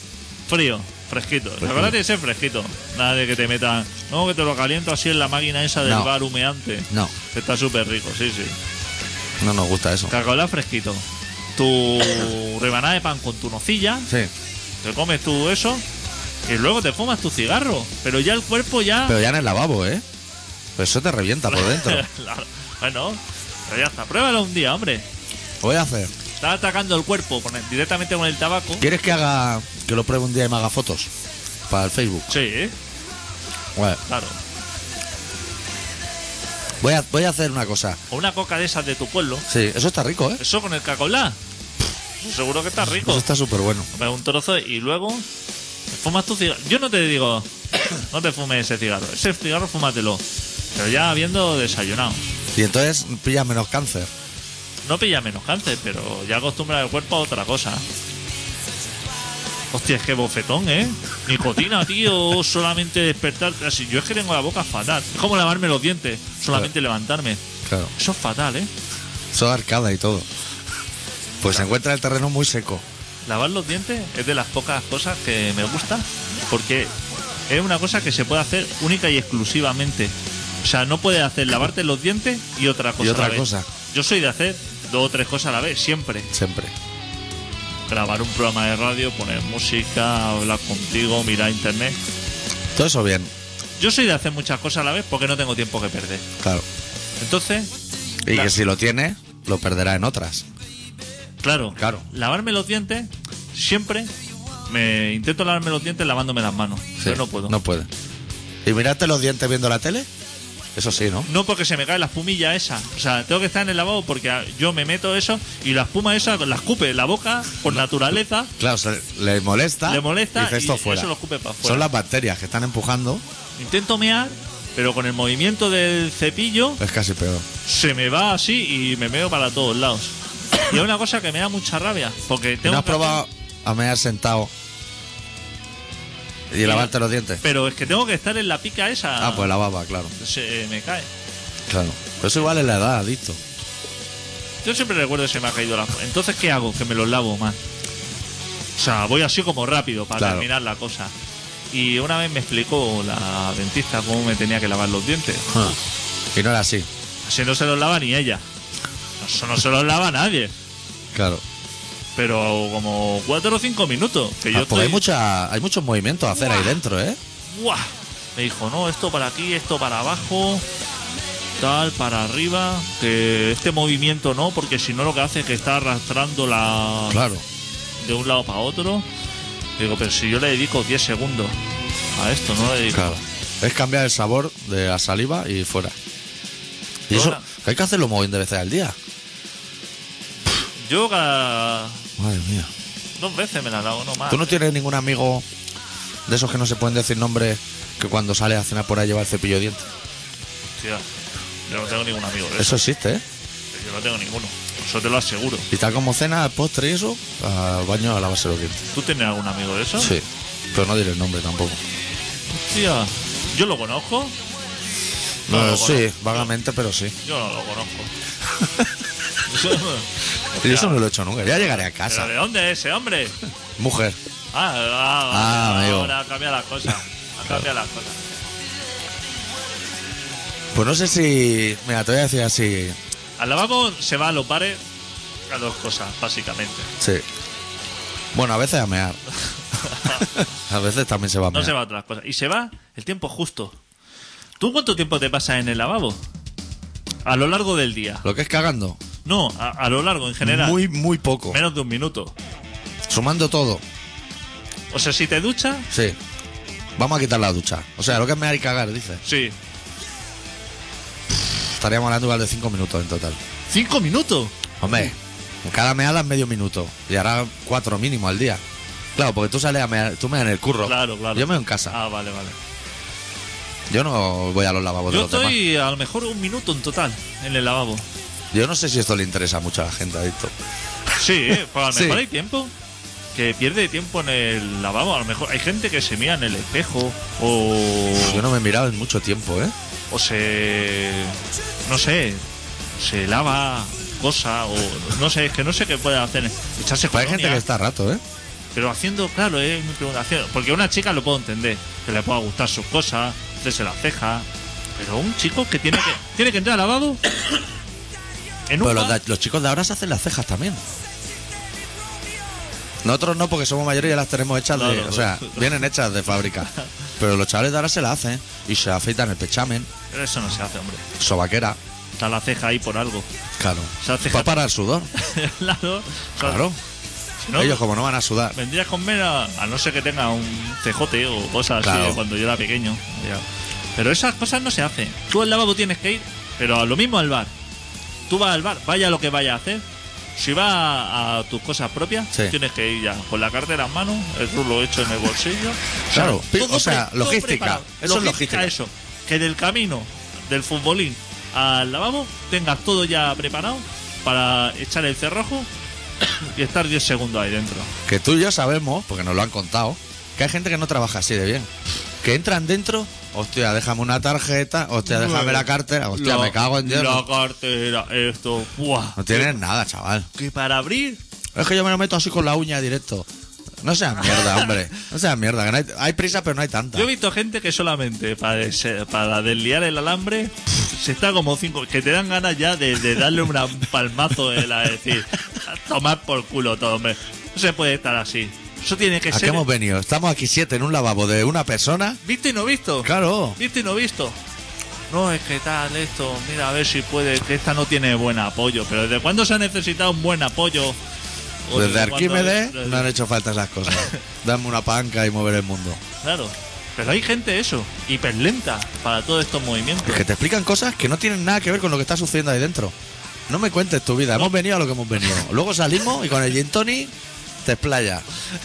B: frío. Fresquito. La verdad tiene que ser fresquito. Nada de que te metan. No, que te lo caliento así en la máquina esa del
A: No.
B: bar humeante.
A: No,
B: Que está súper rico, sí, sí.
A: no nos gusta eso.
B: Cacaola fresquito. Tu rebanada de pan con tu nocilla.
A: Sí,
B: Te comes tú eso. Y luego te fumas tu cigarro. Pero ya el cuerpo ya.
A: pero ya en el lavabo, ¿eh? Pues eso te revienta por dentro.
B: Claro. bueno, pero ya está. Pruébalo un día, hombre.
A: Voy a hacer.
B: Estás atacando el cuerpo con el- directamente con el tabaco.
A: ¿Quieres que haga que lo pruebe un día y me haga fotos para el Facebook?
B: Sí, ¿eh?
A: Vale.
B: claro.
A: Voy a, voy a hacer una cosa.
B: O una coca de esas de tu pueblo.
A: Sí, eso está rico, ¿eh?
B: Eso con el cacolá. Seguro que Pues está rico.
A: Eso está súper bueno.
B: Comes un trozo y luego te fumas tu cigarro. Yo no te digo, no te fumes ese cigarro. Ese cigarro fúmatelo. Pero ya habiendo desayunado.
A: Y entonces pilla menos cáncer.
B: No pilla menos cáncer, pero ya acostumbra el cuerpo a otra cosa. Hostia, es que bofetón, ¿eh? Nicotina, tío, solamente despertarte así. Yo es que tengo la boca fatal. Es como lavarme los dientes, solamente levantarme.
A: Claro.
B: Eso es fatal, ¿eh?
A: Eso arcada y todo. Pues se encuentra el terreno muy seco.
B: Lavar los dientes es de las pocas cosas que me gusta porque es una cosa que se puede hacer única y exclusivamente. O sea, no puedes hacer lavarte los dientes y otra cosa. a la
A: otra
B: vez.
A: cosa.
B: Yo soy de hacer dos o tres cosas a la vez, siempre.
A: Siempre.
B: Grabar un programa de radio, poner música, hablar contigo, mirar internet.
A: Todo eso bien.
B: Yo soy de hacer muchas cosas a la vez porque no tengo tiempo que perder.
A: Claro.
B: Entonces,
A: Y
B: Claro.
A: que si lo tiene, lo perderá en otras.
B: claro,
A: Claro.
B: lavarme los dientes, siempre me intento lavarme los dientes lavándome las manos.
A: Sí,
B: pero no puedo.
A: No puede. ¿Y mirarte los dientes viendo la tele? Eso sí, ¿no?
B: No porque se me cae la espumilla esa. O sea, tengo que estar en el lavabo porque ah, yo me meto eso y la espuma esa la escupe en la boca por naturaleza.
A: Claro, se- le molesta.
B: Le molesta
A: Dice esto
B: y
A: fuera.
B: eso lo escupe para afuera.
A: Son las bacterias que están empujando.
B: Intento mear, pero con el movimiento del cepillo
A: Es casi peor.
B: se me va así y me meo para todos lados. Y es una cosa que me da mucha rabia porque
A: ¿Y
B: tengo
A: ¿No has
B: que-
A: probado a mear sentado y lavarte los dientes?
B: Pero es que tengo que estar en la pica esa.
A: Ah, pues la baba, claro.
B: Se me cae.
A: Claro. Pero eso igual es la edad, adicto.
B: Yo siempre recuerdo que se me ha caído la. Entonces, ¿qué hago? Que me los lavo más. O sea, voy así como rápido para
A: Claro.
B: terminar la cosa. Y una vez me explicó la dentista cómo me tenía que lavar los dientes.
A: Ah. Y no era así.
B: Así no se los lava ni ella. Eso no se los lava nadie.
A: Claro.
B: Pero como cuatro o cinco minutos. Que
A: Ah, porque
B: yo estoy...
A: hay, mucha, hay muchos movimientos a hacer ahí dentro, ¿eh?
B: ¡Buah! Me dijo, no, esto para aquí, esto para abajo, tal, para arriba, que este movimiento no, porque si no lo que hace es que está arrastrando la,
A: Claro.
B: de un lado para otro. Digo, pero si yo le dedico 10 segundos a esto, no le dedico.
A: Claro. Es cambiar el sabor de la saliva y fuera. Y eso
B: Ahora.
A: hay que hacerlo un montón de veces al día.
B: Yo cada
A: Madre mía.
B: dos veces me la hago, no más.
A: ¿Tú no tienes ningún amigo de esos que no se pueden decir nombres que cuando sale a cenar por ahí lleva el cepillo de dientes?
B: Hostia, yo no tengo ningún amigo de eso.
A: Eso existe, ¿eh?
B: Yo no tengo ninguno. Eso te lo aseguro.
A: Y tal como cena, al postre y eso, al baño a lavarse los dientes.
B: ¿Tú tienes algún amigo de eso?
A: Sí. Pero no diré el nombre tampoco.
B: Hostia, yo lo conozco. No,
A: Eh,
B: no,
A: sí,
B: bueno.
A: vagamente, pero sí.
B: Yo no lo conozco.
A: Y eso no lo he hecho nunca. Ya llegaré a
B: ¿Pero eh,
A: casa.
B: de dónde es ese hombre?
A: Mujer.
B: Ah, ah,
A: Ah,
B: vale,
A: amigo.
B: ahora cambia las cosas. Ha cambiado las cosas.
A: Pues no sé si. Mira, te voy a decir así.
B: Al lavabo se va a los bares a dos cosas, básicamente.
A: Sí. Bueno, a veces a mear. a veces también se va a
B: No
A: mear.
B: se va a otras cosas. Y se va el tiempo justo. ¿Tú cuánto tiempo te pasas en el lavabo? A lo largo del día.
A: Lo que es cagando.
B: No, a, a lo largo en general.
A: Muy, muy poco.
B: Menos de un minuto.
A: Sumando todo.
B: O sea, si te duchas,
A: Sí. Vamos a quitar la ducha. O sea, lo que es mear y cagar, dice.
B: sí.
A: Estaríamos hablando igual de 5 minutos en total.
B: ¿Cinco minutos?
A: Hombre, cada meada es medio minuto. Y hará 4 mínimo al día. Claro, porque tú sales a mear, tú meas en el curro.
B: Claro, claro.
A: Yo meo en casa.
B: Ah, vale, vale.
A: Yo no voy a los lavabos
B: Yo
A: de los demás.
B: estoy a lo mejor un minuto en total en el lavabo.
A: Yo no sé si esto le interesa mucho a la gente, adicto.
B: Sí, eh, pues a lo
A: Sí.
B: mejor hay tiempo. Que pierde tiempo en el lavabo. A lo mejor hay gente que se mira en el espejo o...
A: Yo no me he mirado en mucho tiempo, ¿eh?
B: o se no sé se lava cosa o no sé es que no sé qué puede hacer echarse
A: Pues Hay
B: colonia.
A: gente que está a rato, ¿eh?
B: Pero haciendo, claro, es mi preocupación. Porque a una chica lo puedo entender, que le pueda gustar sus cosas, hacerse la ceja. Pero un chico que tiene que, tiene que entrar al lavabo. En un
A: Pero los,
B: bar-
A: da- los chicos de ahora se hacen las cejas también. Nosotros no, porque somos mayores y ya las tenemos hechas de.
B: Claro.
A: O sea, vienen hechas de fábrica. Pero los chavales de ahora se las hacen y se afeitan el pechamen,
B: Pero eso no se hace, hombre.
A: sobaquera.
B: Está la ceja ahí por algo.
A: Claro.
B: Se hace
A: Para
B: cat-
A: parar el sudor.
B: claro. o sea,
A: Claro.
B: si no,
A: Ellos, como no van a sudar.
B: Vendrías con mera, a no ser que tenga un cejote o cosas así
A: Claro.
B: de cuando yo era pequeño. Ya. Pero esas cosas no se hacen. Tú al lavabo tienes que ir, pero a lo mismo al bar. Tú vas al bar, vaya lo que vaya a hacer. Si vas a, a tus cosas propias,
A: Sí.
B: tienes que ir ya con la cartera en mano, el rulo hecho en el bolsillo.
A: Claro,
B: todo
A: o sea,
B: pre- todo
A: logística.
B: preparado.
A: Eso es logística.
B: Eso, que del camino del futbolín al lavabo tengas todo ya preparado para echar el cerrojo y estar 10 segundos ahí dentro.
A: Que tú y yo sabemos, porque nos lo han contado, que hay gente que no trabaja así de bien. Que entran dentro, hostia, déjame una tarjeta, hostia, déjame la cartera, hostia,
B: Lo-
A: me cago en Dios.
B: La
A: No,
B: cartera, esto, buah.
A: no tienes nada, chaval.
B: Que para abrir,
A: Es que yo me lo meto así con la uña directo. No seas mierda, hombre. No seas mierda. que no hay, hay prisa, pero no hay tanta.
B: yo he visto gente que solamente para, des- para desliar el alambre se está como cinco. Que te dan ganas ya de, de darle un palmazo de la decir, tomar por culo todo, hombre. No se puede estar así. Eso tiene que
A: ¿A qué
B: ser.
A: hemos venido? Estamos aquí siete en un lavabo de una persona.
B: ¿Visto y no visto?
A: Claro.
B: ¿Visto y no visto? No, es que tal, esto, mira, a ver si puede, que esta no tiene buen apoyo. Pero ¿desde cuándo se ha necesitado un buen apoyo? O
A: Desde
B: cuándo-
A: Arquímedes
B: desde-
A: no han hecho falta esas cosas. Dame una panca y mover el mundo.
B: Claro. Pero hay gente eso, hiperlenta para todos estos movimientos.
A: Que te explican cosas que no tienen nada que ver con lo que está sucediendo ahí dentro. No me cuentes tu vida. Hemos venido a lo que hemos venido. Luego salimos y con el gin tonic te explayas.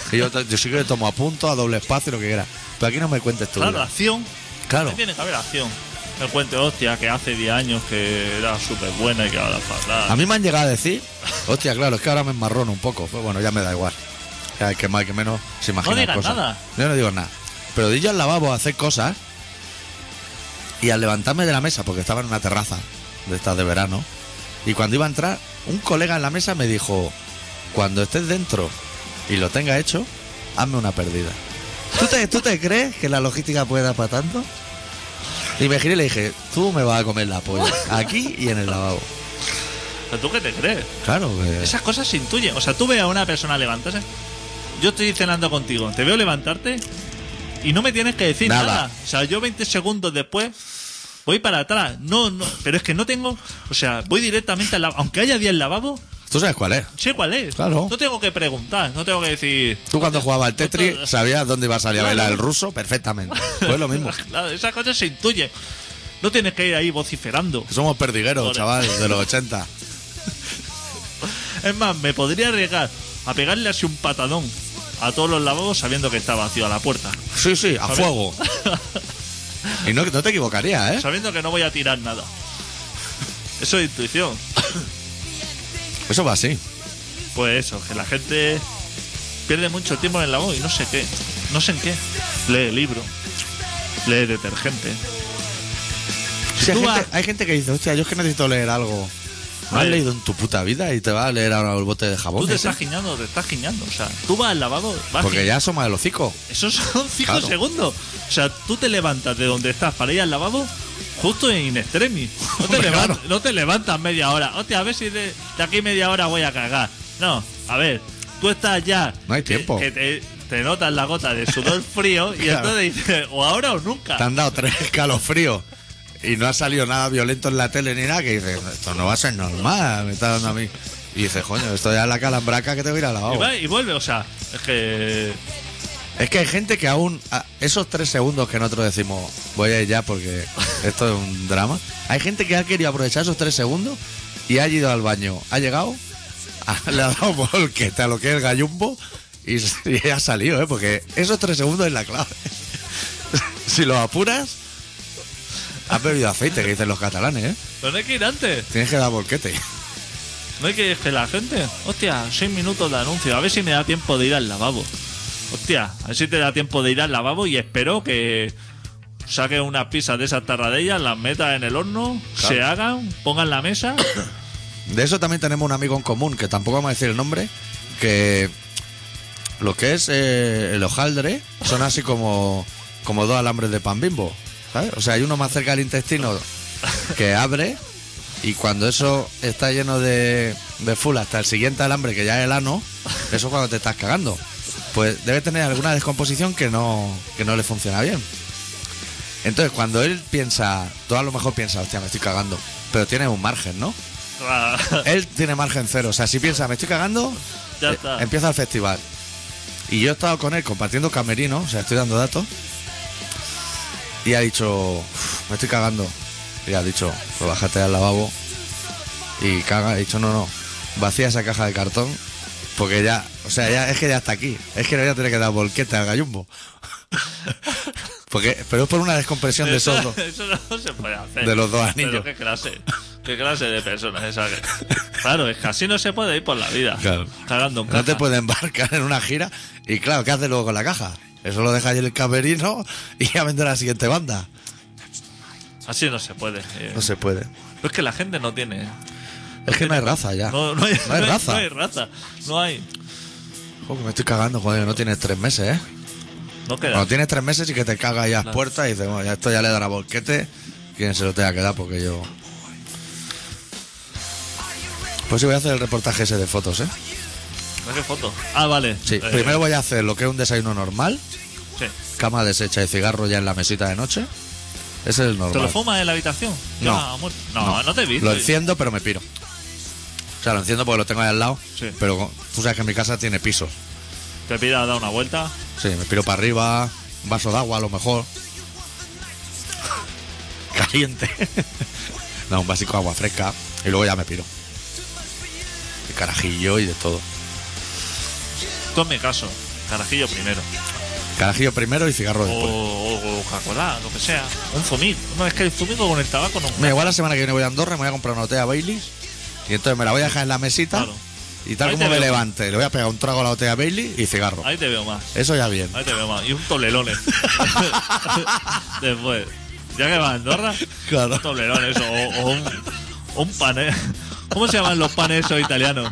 A: Que yo, yo sí que le tomo a punto, a doble espacio, lo que quieras. Pero aquí no me cuentes tu
B: Claro,
A: vida.
B: acción.
A: Claro.
B: Ahí Tiene que haber acción. Me cuente, hostia, que hace 10 años que era súper buena y que ahora fatal.
A: A mí me han llegado a decir, hostia, claro, es que ahora me enmarrono un poco. Pues bueno, ya me da igual. Ya, el que más, el que menos se imagina
B: No digas
A: cosas.
B: nada.
A: Yo no digo nada. Pero di yo al lavabo a hacer cosas y al levantarme de la mesa, porque estaba en una terraza de estas de verano, y cuando iba a entrar, un colega en la mesa me dijo, cuando estés dentro y lo tenga hecho, hazme una pérdida. ¿Tú te, ¿Tú te crees que la logística puede dar para tanto? Y me giré y le dije, tú me vas a comer la polla, aquí y en el lavabo.
B: ¿Pero tú qué te crees?
A: Claro, eh, que-
B: Esas cosas se intuyen. O sea, tú ves a una persona levantarse. Yo estoy cenando contigo, te veo levantarte y no me tienes que decir nada.
A: Nada.
B: O sea, yo 20 segundos después voy para atrás. No, no, pero es que no tengo. O sea, voy directamente al lavabo. Aunque haya 10 lavabos,
A: Tú sabes cuál es.
B: sé cuál es.
A: Claro.
B: No tengo que preguntar, no tengo que decir.
A: Tú cuando jugabas al Tetris sabías dónde iba a salir a
B: Claro.
A: bailar el ruso perfectamente. Pues lo mismo.
B: Claro, esas cosas se intuyen. No tienes que ir ahí vociferando.
A: Somos perdigueros,
B: Joder.
A: chaval, de los 80.
B: Es más, me podría arriesgar a pegarle así un patadón a todos los lavabos sabiendo que está vacío a la puerta.
A: Sí, sí, a fuego. Y no, no te equivocarías, ¿eh?
B: Sabiendo que no voy a tirar nada. Eso es intuición.
A: Eso va así.
B: Pues eso, que la gente pierde mucho tiempo en el lavabo y no sé qué. No sé en qué. Lee libro. Lee detergente.
A: Sí, hay,
B: Tú vas-
A: gente, hay gente que dice, hostia, yo es que necesito leer algo. ¿No has
B: Vale.
A: leído en tu puta vida y te vas a leer ahora el bote de jabón?
B: Tú te
A: ese?
B: estás guiñando, te estás guiñando. O sea, tú vas al lavabo, vas
A: Porque ya asoma el hocico.
B: Esos son 5
A: Claro.
B: segundos. O sea, tú te levantas de donde estás para ir al lavabo justo en extremis. No te,
A: Hombre,
B: levan-
A: claro.
B: no te levantas media hora. Hostia, a ver si de, de aquí media hora voy a cagar. No, a ver, tú estás ya.
A: No hay
B: que-
A: tiempo.
B: Que, te, te notas la gota de sudor frío y
A: Claro.
B: entonces dices, o ahora o nunca.
A: Te han dado tres escalofríos y no ha salido nada violento en la tele ni nada. Que dices, esto no va a ser normal, me está dando a mí. Y dices, coño, esto ya es la calambraca que te voy a ir al lavabo.
B: Y, va- y vuelve, o sea, es que.
A: Es que hay gente que aún, a- esos tres segundos que nosotros decimos, voy a ir ya porque esto es un drama, hay gente que ha querido aprovechar esos tres segundos y ha ido al baño, ha llegado, ha- le ha dado volqueta a lo que es el gallumbo y, s- y ha salido, ¿eh? porque esos tres segundos es la clave. si los apuras, has bebido aceite, que dicen los catalanes, ¿eh?
B: Pero no hay que ir antes.
A: tienes que dar volquete.
B: No hay que es que la gente. Hostia, 6 minutos de anuncio. A ver si me da tiempo de ir al lavabo. Hostia, a ver si te da tiempo de ir al lavabo y espero que saques unas pizzas de esas tarradellas, las metas en el horno, se hagan, pongan la mesa.
A: De eso también tenemos un amigo en común, que tampoco vamos a decir el nombre, que lo que es eh, el hojaldre son así como, como dos alambres de pan bimbo, ¿sabes? O sea, hay uno más cerca del intestino que abre y cuando eso está lleno de, de full hasta el siguiente alambre que ya es el ano, eso es cuando te estás cagando. Pues debe tener alguna descomposición que no, que no le funciona bien. Entonces, cuando él piensa, tú a lo mejor piensa, hostia, me estoy cagando, pero tiene un margen, ¿no?
B: Ah,
A: Él tiene margen cero. O sea, si piensa, me estoy cagando,
B: Ya
A: eh,
B: está.
A: empieza el festival. Y yo he estado con él compartiendo camerino, o sea, estoy dando datos. Y ha dicho, "Uf, me estoy cagando. Y ha dicho, pues bájate al lavabo. Y caga, ha dicho, no, no, vacía esa caja de cartón. Porque ya, o sea, ya es que ya está aquí. Es que le voy a tener que dar volquete al gallumbo. porque, pero es por una descompresión de
B: eso,
A: solo.
B: eso no se puede hacer.
A: De los dos
B: Pero
A: anillos.
B: qué clase. Qué clase de personas esa que- Claro, es que así no se puede ir por la vida.
A: Claro.
B: Cagando un
A: No te puede embarcar en una gira. Y claro, ¿qué haces luego con la caja? Eso lo dejas ahí en el camerino y a vender a la siguiente banda.
B: Así no se puede. eh.
A: No se puede.
B: Es que la gente no tiene.
A: Es que no hay raza ya.
B: No, no hay, no hay-
A: raza.
B: No hay raza. No hay.
A: Joder, que me estoy cagando, joder, no tienes tres meses, ¿eh?
B: No queda.
A: Cuando tienes tres meses y que te cagas ya a las puertas y dices, bueno, ya esto ya le dará volquete. Quien se lo tenga que dar porque yo. Pues sí, voy a hacer el reportaje ese de fotos, ¿eh?
B: No hay foto. Ah, vale.
A: Sí,
B: Eh,
A: primero voy a hacer lo que es un desayuno normal,
B: sí.
A: cama deshecha y cigarro ya en la mesita de noche. Ese es el normal.
B: ¿Te lo fumas en la habitación? Ya,
A: No.
B: muerto. No, no, te he visto.
A: Lo enciendo, pero me piro. O sea, lo enciendo porque lo tengo ahí al lado.
B: Sí.
A: Pero con- tú sabes que mi casa tiene pisos.
B: Te pida a dar una vuelta.
A: Sí, me piro para arriba, un vaso de agua a lo mejor. Caliente. no, un básico de agua fresca. Y luego ya me piro. Y carajillo y de todo.
B: Tú en mi caso. Carajillo primero.
A: Carajillo primero y cigarro
B: O,
A: después.
B: o Coca-Cola, lo que sea. Un fumico. No, es que el fumico con el tabaco no.
A: Mira, igual la semana que viene voy a Andorra, me voy a comprar una botella Baileys. Y entonces me la voy a dejar en la mesita.
B: Claro.
A: Y tal
B: Ahí
A: como
B: te
A: me
B: veo.
A: levante, le voy a pegar un trago a la botella Bailey y cigarro.
B: Ahí te veo más.
A: Eso ya bien.
B: Ahí te veo más. Y un toblerone. Después. Ya que va a Andorra.
A: Claro.
B: Un toblerone, eso. O, o un, un pan, ¿eh? ¿Cómo se llaman los panes esos italianos?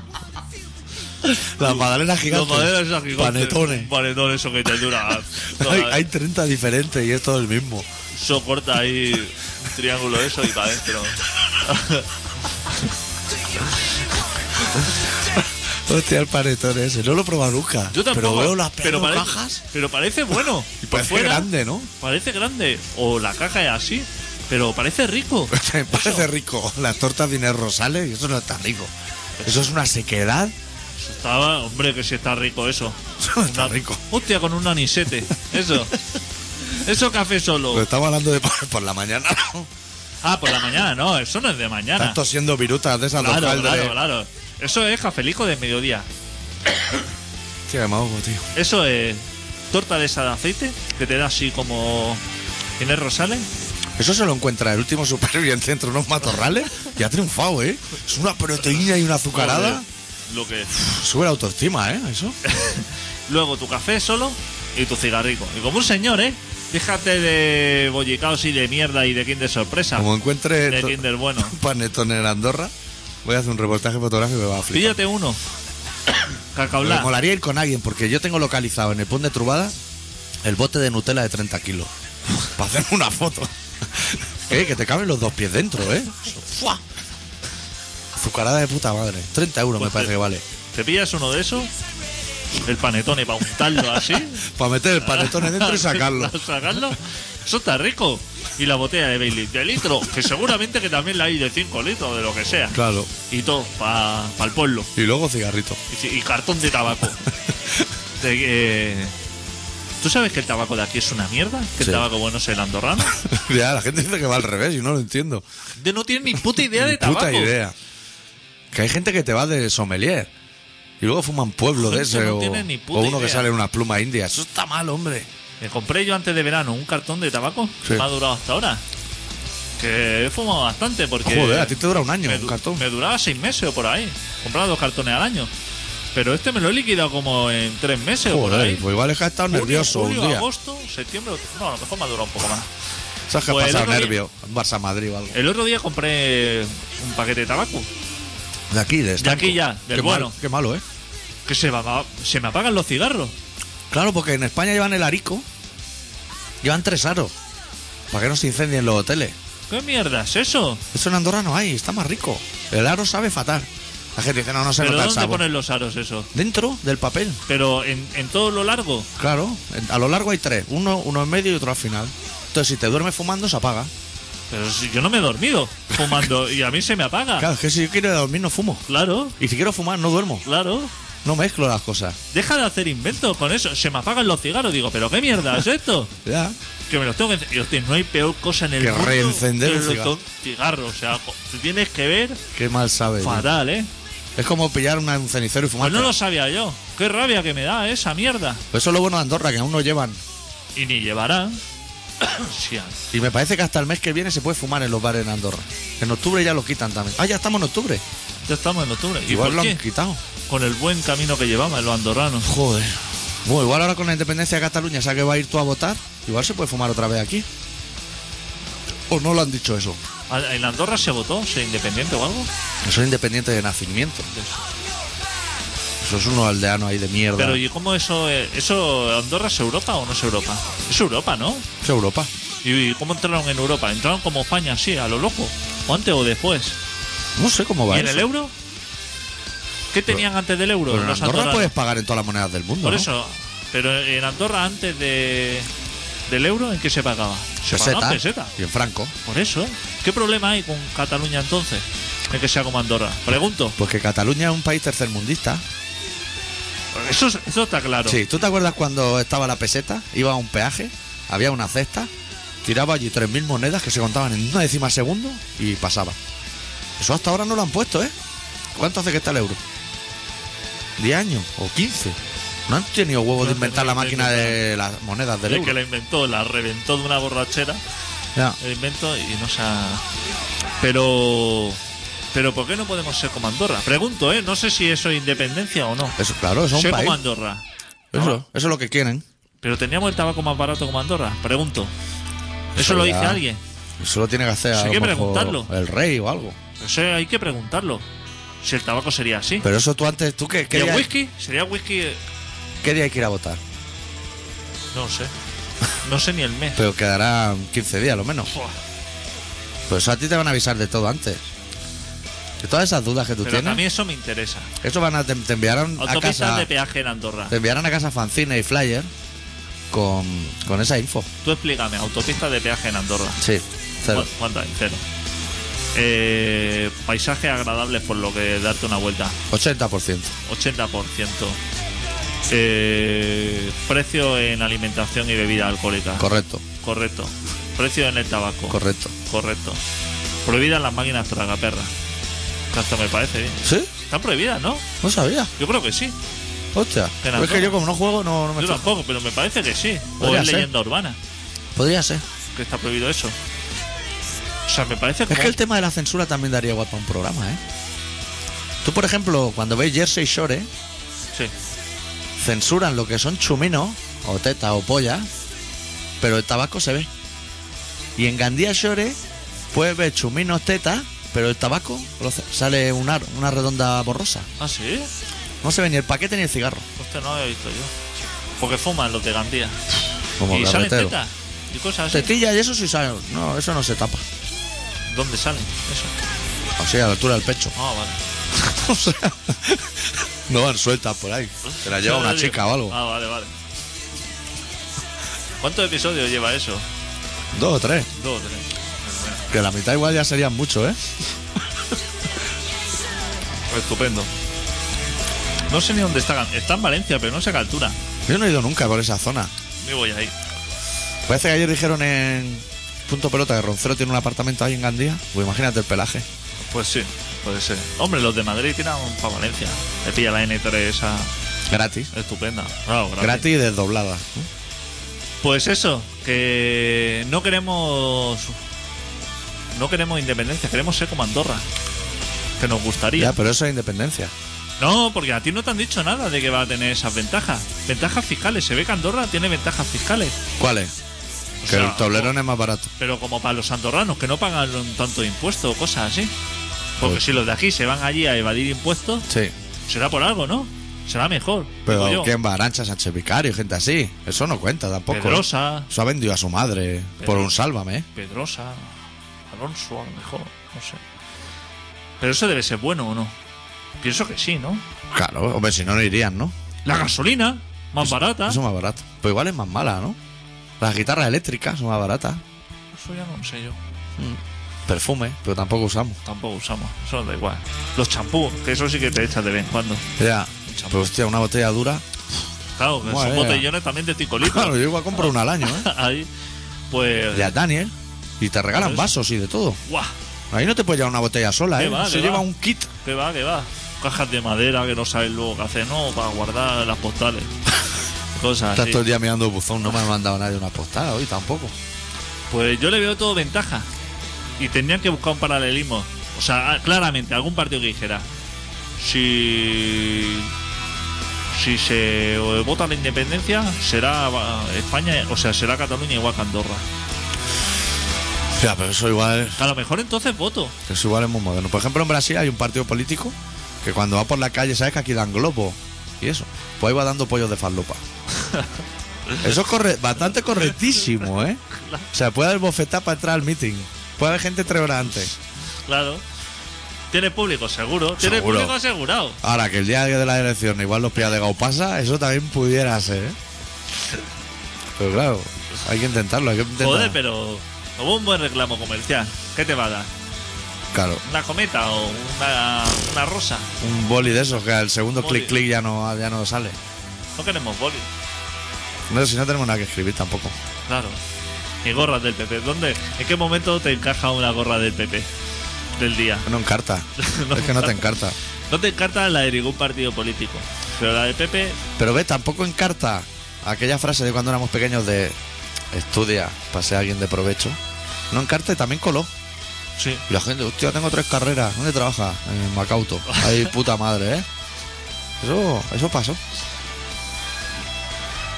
A: Las magdalenas
B: Los
A: gigantes.
B: modelos esos gigantes.
A: Panetones.
B: Un panetón, eso que te dura. toda-
A: Hay, hay 30 diferentes y es todo el mismo.
B: Eso corta ahí un triángulo de eso y para adentro.
A: Hostia, el panetón ese. No lo he probado nunca.
B: Yo tampoco.
A: Pero veo las pedazo
B: pero parece,
A: cajas.
B: Pero parece bueno.
A: Y
B: Por
A: parece
B: fuera,
A: grande, ¿no?
B: Parece grande. O la caja es así. Pero parece rico.
A: Me parece rico. Las tortas de Inés Rosales y eso no está rico. Eso es una sequedad.
B: Eso estaba, hombre, que sí está rico eso.
A: Eso no está
B: Una-
A: rico.
B: Hostia, con un anisete. Eso. Eso café
A: Lo
B: solo.
A: estamos hablando de por, por la mañana. ¿no?
B: Ah, por la mañana, no. Eso no es de mañana.
A: Están tosiendo virutas de esas
B: Claro,
A: locales.
B: claro, claro. Eso es cafelico de mediodía.
A: Hostia, me ahogo, tío.
B: Eso es torta de esa de aceite que te da así como. Inés Rosales.
A: Eso se lo encuentra el último superviviente entre unos matorrales y ha triunfado, ¿eh? Es una proteína y una azucarada.
B: Joder, Lo que.
A: Sube la autoestima, ¿eh? Eso.
B: Luego tu café solo y tu cigarrico. Y como un señor, ¿eh? Fíjate de bollicaos y de mierda y de Kinder Sorpresa.
A: Como encuentre
B: De
A: to-
B: Kinder bueno.
A: un panetón en Andorra, voy a hacer un reportaje fotográfico que va a flipar.
B: Píllate uno.
A: Me
B: Cacaolá.
A: molaría ir con alguien porque yo tengo localizado en el Pont de Trubada el bote de Nutella de 30 kilos. Para hacer una foto. Eh, que te caben los dos pies dentro, ¿eh? ¡Fua! Azucarada de puta madre. 30 euros
B: Pues
A: me parece
B: te-
A: que vale.
B: Te pillas uno de esos, el panetone para untarlo así.
A: Para meter el panetón dentro y sacarlo.
B: Para sacarlo. Eso está rico. Y la botella de Bailey de litro, que seguramente que también la hay de 5 litros, de lo que sea.
A: Claro.
B: Y todo, para el pueblo.
A: Y luego cigarrito.
B: Y, sí, y cartón de tabaco. De que- ¿Tú sabes que el tabaco de aquí es una mierda? ¿Que
A: Sí.
B: el tabaco bueno es el andorrano?
A: ya, la gente dice que va al revés y no lo entiendo.
B: De no tiene ni puta idea de tabaco.
A: Puta idea. Que hay gente que te va de sommelier. Y luego fuman pueblo de
B: Gente
A: ese
B: que no
A: o,
B: tiene ni puta
A: o uno que
B: idea.
A: sale en una pluma india. Eso está mal, hombre.
B: Me compré yo antes de verano un cartón de tabaco
A: Sí.
B: que me ha durado hasta ahora. Que he fumado bastante porque.
A: Joder, a ti te dura un año
B: me,
A: un
B: du-
A: cartón.
B: me duraba seis meses o por ahí. Compraba dos cartones al año. Pero este me lo he liquidado como en tres meses o por ahí.
A: Joder, pues igual es que has estado
B: Junio,
A: nervioso
B: julio,
A: un día.
B: agosto, septiembre. No, a lo mejor me ha durado un poco más.
A: ¿Sabes que
B: Pues
A: has
B: el Eh,
A: pasado
B: otro día-
A: nervio? Un Barça Madrid o algo.
B: El otro día compré un paquete de tabaco.
A: De aquí, de, estanco.
B: aquí ya, del
A: qué
B: bueno.
A: mal- qué malo, ¿eh?
B: que se, va- se me apagan los cigarros.
A: Claro, porque en España llevan el arico. Llevan tres aros. Para que no se incendien los hoteles.
B: ¿Qué mierda es eso?
A: Eso en Andorra no hay, está más rico. El aro sabe fatal. La gente dice, no, no se
B: ¿Pero
A: nota el
B: dónde
A: sabor.
B: ponen los aros eso?
A: Dentro del papel,
B: ¿Pero en, en todo lo largo?
A: claro. En- A lo largo hay tres. Uno, uno en medio y otro al final. Entonces, si te duermes fumando, se apaga.
B: Pero si yo no me he dormido fumando y a mí se me apaga.
A: Claro, es que si yo quiero dormir, no fumo.
B: Claro,
A: Y si quiero fumar, no duermo.
B: claro.
A: No mezclo las cosas.
B: Deja de hacer inventos con eso. Se me apagan los cigarros. Digo, ¿pero qué mierda es esto?
A: Ya.
B: Que me los tengo que enc- y, hostia, no hay peor cosa en el
A: Que
B: mundo
A: reencender
B: que
A: un
B: los
A: cigarro.
B: to- cigarro. O sea, jo- te tienes que ver
A: Qué mal sabe. tío.
B: fatal, ¿eh?
A: Es como pillar una- un cenicero y fumar.
B: Pues no lo sabía yo. Qué rabia que me da esa mierda.
A: Eso es lo bueno de Andorra, que aún no llevan.
B: Y ni llevarán. Hostia.
A: Y me parece que hasta el mes que viene se puede fumar en los bares en Andorra. En octubre ya lo quitan también. Ah, ya estamos en octubre.
B: Ya estamos en octubre. ¿Y
A: Igual
B: por
A: lo
B: qué?
A: han quitado.
B: Con el buen camino que llevaban los andorranos.
A: Joder. Bueno, igual ahora con la independencia de Cataluña, o sea que va a ir tú a votar, igual se puede fumar otra vez aquí. ¿O no lo han dicho eso?
B: ¿A- ¿En Andorra se votó? ¿Se independiente o algo?
A: Eso es independiente de nacimiento. Eso es unos aldeanos ahí de mierda.
B: Pero ¿y cómo eso? eh, ¿Eso Andorra es Europa o no es Europa? Es Europa, ¿no?
A: Es Europa.
B: ¿Y cómo entraron en Europa? ¿Entraron como España así, a lo loco? ¿O antes o después?
A: No sé cómo va
B: ¿Y en
A: Pues eso.
B: el euro? ¿Qué tenían antes del euro?
A: Pero en
B: los
A: Andorra
B: andorranos?
A: puedes pagar en todas las monedas del mundo.
B: Por
A: ¿no?
B: eso. Pero en Andorra antes de, del euro, ¿en qué se pagaba? Se
A: Peseta.
B: pagaba en peseta.
A: Y en franco.
B: Por eso. ¿Qué problema hay con Cataluña entonces? De que sea como Andorra. Pregunto.
A: Porque Pues Cataluña es un país tercermundista.
B: Eso, es- eso está claro.
A: Sí, ¿tú te acuerdas cuando estaba la peseta? Iba a un peaje, había una cesta, tiraba allí 3.000 monedas que se contaban en una décima segundo y pasaba. Eso hasta ahora no lo han puesto, ¿eh? ¿Cuánto hace que está el euro? ¿10 años o 15? No han tenido huevos
B: No
A: de inventar la
B: han tenido
A: máquina de las monedas del
B: El que
A: euro.
B: la inventó, la reventó de una borrachera.
A: Ya.
B: el invento y no se ha... Pero... Pero ¿por qué no podemos ser como Andorra? Pregunto, ¿eh? No sé si eso es independencia o no.
A: Eso, claro, eso es
B: Ser
A: un
B: como
A: país.
B: Andorra.
A: Eso, eso es lo que quieren.
B: Pero teníamos el tabaco más barato como Andorra. Pregunto. ¿Eso lo
A: ya.
B: dice alguien?
A: Eso lo tiene que hacer
B: Eso
A: a
B: hay
A: lo
B: que
A: mejor
B: preguntarlo.
A: el rey o algo.
B: Eso hay que preguntarlo. Si el tabaco sería así.
A: Pero eso tú antes, ¿tú qué,
B: ¿Y
A: qué,
B: el
A: día,
B: whisky? ¿Sería whisky? eh,
A: qué día hay que ir a votar?
B: No sé. No sé ni el mes.
A: Pero quedarán 15 días, lo menos.
B: Buah.
A: Pues eso a ti te van a avisar de todo antes. De todas esas dudas que tú
B: Pero a
A: tienes.
B: mí eso me interesa.
A: Eso van a te, te enviarán a
B: Autopistas
A: casa.
B: de peaje en Andorra.
A: Te enviarán a casa fanzine y flyer con, con esa info.
B: Tú explícame. Autopistas de peaje en Andorra.
A: Sí. Cero.
B: ¿Cu- ¿Cuánto hay? Cero. Eh, paisajes agradables por lo que darte una vuelta.
A: 80%.
B: 80%. Eh, precio en alimentación y bebida alcohólica.
A: Correcto,
B: Correcto. Precio en el tabaco.
A: correcto.
B: Correcto. Prohibidas las máquinas tragaperras. Que Hasta me parece bien.
A: ¿Sí?
B: Están prohibidas, ¿no?
A: No sabía.
B: Yo creo que sí.
A: Hostia.
B: Que
A: Pero es que
B: nada.
A: yo como no juego no, no me
B: Yo
A: estoy-
B: tampoco, pero me parece que sí. O
A: Podría
B: es
A: ser.
B: leyenda urbana,
A: Podría ser.
B: que está prohibido eso. O sea, me parece
A: Es
B: como-
A: que el tema de la censura también daría guapo a un programa, ¿eh? Tú, por ejemplo, cuando ves Jersey Shore, ¿eh?
B: Sí.
A: censuran lo que son chuminos, o teta o polla, pero el tabaco se ve. Y en Gandía Shore puedes ver chuminos, teta, pero el tabaco lo ce- sale un aro, una redonda borrosa.
B: Ah, sí.
A: No se ve ni el paquete ni el cigarro.
B: Hostia, no lo había visto yo. Porque fuman los de Gandía.
A: Como
B: y salen
A: carretero.
B: tetas y cosas así.
A: Tetilla y eso sí sale. No, eso no se tapa.
B: ¿Dónde salen? Eso.
A: O sea, a la altura del pecho.
B: Ah, vale.
A: o sea, no van sueltas por ahí. Se la lleva
B: Ya
A: una
B: digo.
A: chica o algo.
B: Ah, vale, vale. ¿Cuántos episodios lleva eso?
A: Dos o tres.
B: Dos, tres.
A: Que la mitad igual ya serían muchos, ¿eh?
B: Estupendo. No sé ni dónde está. Gan- Está en Valencia, pero no sé a qué altura.
A: Yo no he ido nunca por esa zona.
B: Me voy ahí.
A: Parece que ayer dijeron en Punto Pelota que Roncero tiene un apartamento ahí en Gandía. Pues imagínate el pelaje.
B: Pues sí, puede ser. Hombre, los de Madrid tiran para Valencia. Le pilla la N3 esa
A: Gratis.
B: estupenda. Claro, gratis.
A: Gratis y desdoblada.
B: Pues eso, que no queremos. No queremos independencia, queremos ser como Andorra. Que nos gustaría.
A: Ya, pero eso es independencia.
B: No, porque a ti no te han dicho nada de que va a tener esas ventajas. Ventajas fiscales. Se ve que Andorra tiene ventajas fiscales.
A: ¿Cuál es?
B: O
A: Que
B: sea,
A: el toblerón es más barato.
B: Pero como para los andorranos, que no pagan tanto impuesto o
A: Pues-
B: cosas así. Porque si los de aquí se van allí a evadir impuestos,
A: Sí.
B: será por algo, ¿no? será mejor. digo
A: Pero
B: yo.
A: ¿quién va? Arancha Sánchez Vicario, gente así. Eso no cuenta tampoco. ¿eh?
B: Pedrosa.
A: Eso ha vendido a su madre por
B: Pedro-
A: un sálvame. ¿eh?
B: Pedrosa, Alonso, a lo mejor, no sé. Pero eso debe ser bueno o no. Pienso que sí, ¿no?
A: Claro, hombre, si no, no irían, ¿no?
B: La gasolina, más barata.
A: Eso
B: Eso,
A: es más barato. Pero igual es más mala, ¿no? Las guitarras eléctricas son más baratas.
B: ya no lo sé yo.
A: Perfume, pero tampoco usamos.
B: Tampoco usamos. Eso nos da igual. Los champús, que eso sí que te echas de vez en cuando.
A: Ya. Pero hostia, una botella dura.
B: Claro, que
A: Madre
B: son
A: mía.
B: botellones también de 5 litros.
A: Claro, yo igual compro una al año, ¿eh?
B: Ahí, pues.
A: Ya, Daniel. Y te regalan vasos y de todo.
B: ¡Guau!
A: Ahí no te puedes llevar una botella sola,
B: Qué
A: ¿eh?
B: va,
A: Se
B: qué
A: lleva
B: va.
A: un kit.
B: Que va, que va. Cajas de madera que no sabes luego qué hacer, ¿no? Para guardar las postales. Cosas
A: Estás
B: así.
A: todo el día mirando el buzón. No me ha mandado nadie una postada hoy tampoco.
B: Pues yo le veo todo ventaja. Y tendrían que buscar un paralelismo. O sea, ah, claramente, algún partido que dijera. Si. Si se eh, vota la independencia, será eh, España, o sea, será Cataluña igual que Andorra.
A: Ya, pero eso igual
B: A lo mejor entonces voto.
A: Eso igual es muy moderno. Por ejemplo, en Brasil hay un partido político que cuando va por la calle, ¿sabes que aquí dan globos? Y eso. Pues ahí va dando pollos de farlopa. Eso es corre- bastante correctísimo, ¿eh? O sea, puede haber bofetada para entrar al meeting. Puede haber gente tres horas antes.
B: Claro. Tiene público seguro. Tiene
A: Seguro.
B: público asegurado.
A: Ahora, que el día de las elecciones igual los pillas de Gaupasa, eso también pudiera ser, ¿eh? Pero claro, hay que intentarlo, hay que intentarlo.
B: Joder, pero. Hubo un buen reclamo comercial. ¿Qué te va a dar?
A: Claro,
B: ¿Una cometa o una, una rosa?
A: un boli de esos que al segundo
B: Boli.
A: clic-clic ya no, ya no sale.
B: No queremos boli.
A: No, si no tenemos nada que escribir tampoco.
B: Claro. Y gorras del PP. ¿Dónde? ¿En qué momento te encaja una gorra del PP? Del día.
A: No encarta.
B: No
A: es que no te encarta.
B: No te encarta la de ningún partido político. Pero la del PP,
A: Pero ve, tampoco encarta aquella frase de cuando éramos pequeños de estudia para ser alguien de provecho. No encarta y también coló.
B: sí.
A: Y la gente, hostia, tengo tres carreras. ¿Dónde trabaja? En Macauto. Ay, puta madre, ¿eh? Eso, eso pasó.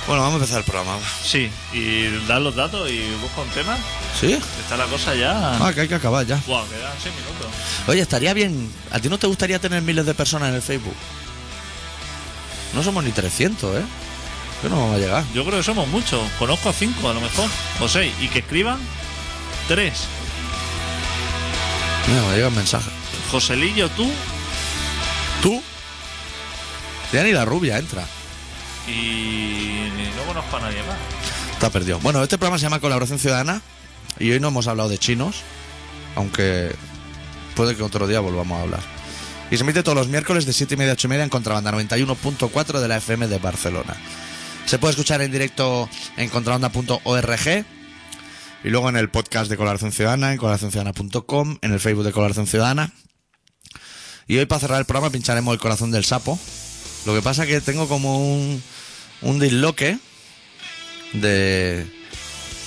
A: Bueno, vamos a empezar el programa.
B: Sí. Y das los datos y busca un tema.
A: ¿Sí?
B: Está la cosa ya.
A: Ah, que hay que acabar ya.
B: Buah, quedan seis minutos.
A: Oye, estaría bien. ¿A ti no te gustaría tener miles de personas en el Facebook? No somos ni 300, ¿eh? Que no vamos a llegar.
B: Yo creo que somos muchos. Conozco a cinco a lo mejor. O seis. Y que escriban tres.
A: Mira, me llega un mensaje.
B: Joselillo, tú
A: ¿Tú? Ya ni la rubia entra.
B: y no conozco a nadie más.
A: Está perdido. Bueno, este programa se llama Colaboración Ciudadana y hoy no hemos hablado de chinos, aunque puede que otro día volvamos a hablar. Y se emite todos los miércoles de 7 y media a 8 y media en Contrabanda 91.4 de la FM de Barcelona. Se puede escuchar en directo en contrabanda.org y luego en el podcast de Colaboración Ciudadana, en colaboracionciudadana.com, en el Facebook de Colaboración Ciudadana. Y hoy para cerrar el programa pincharemos el corazón del sapo. Lo que pasa que tengo como un, un disloque de,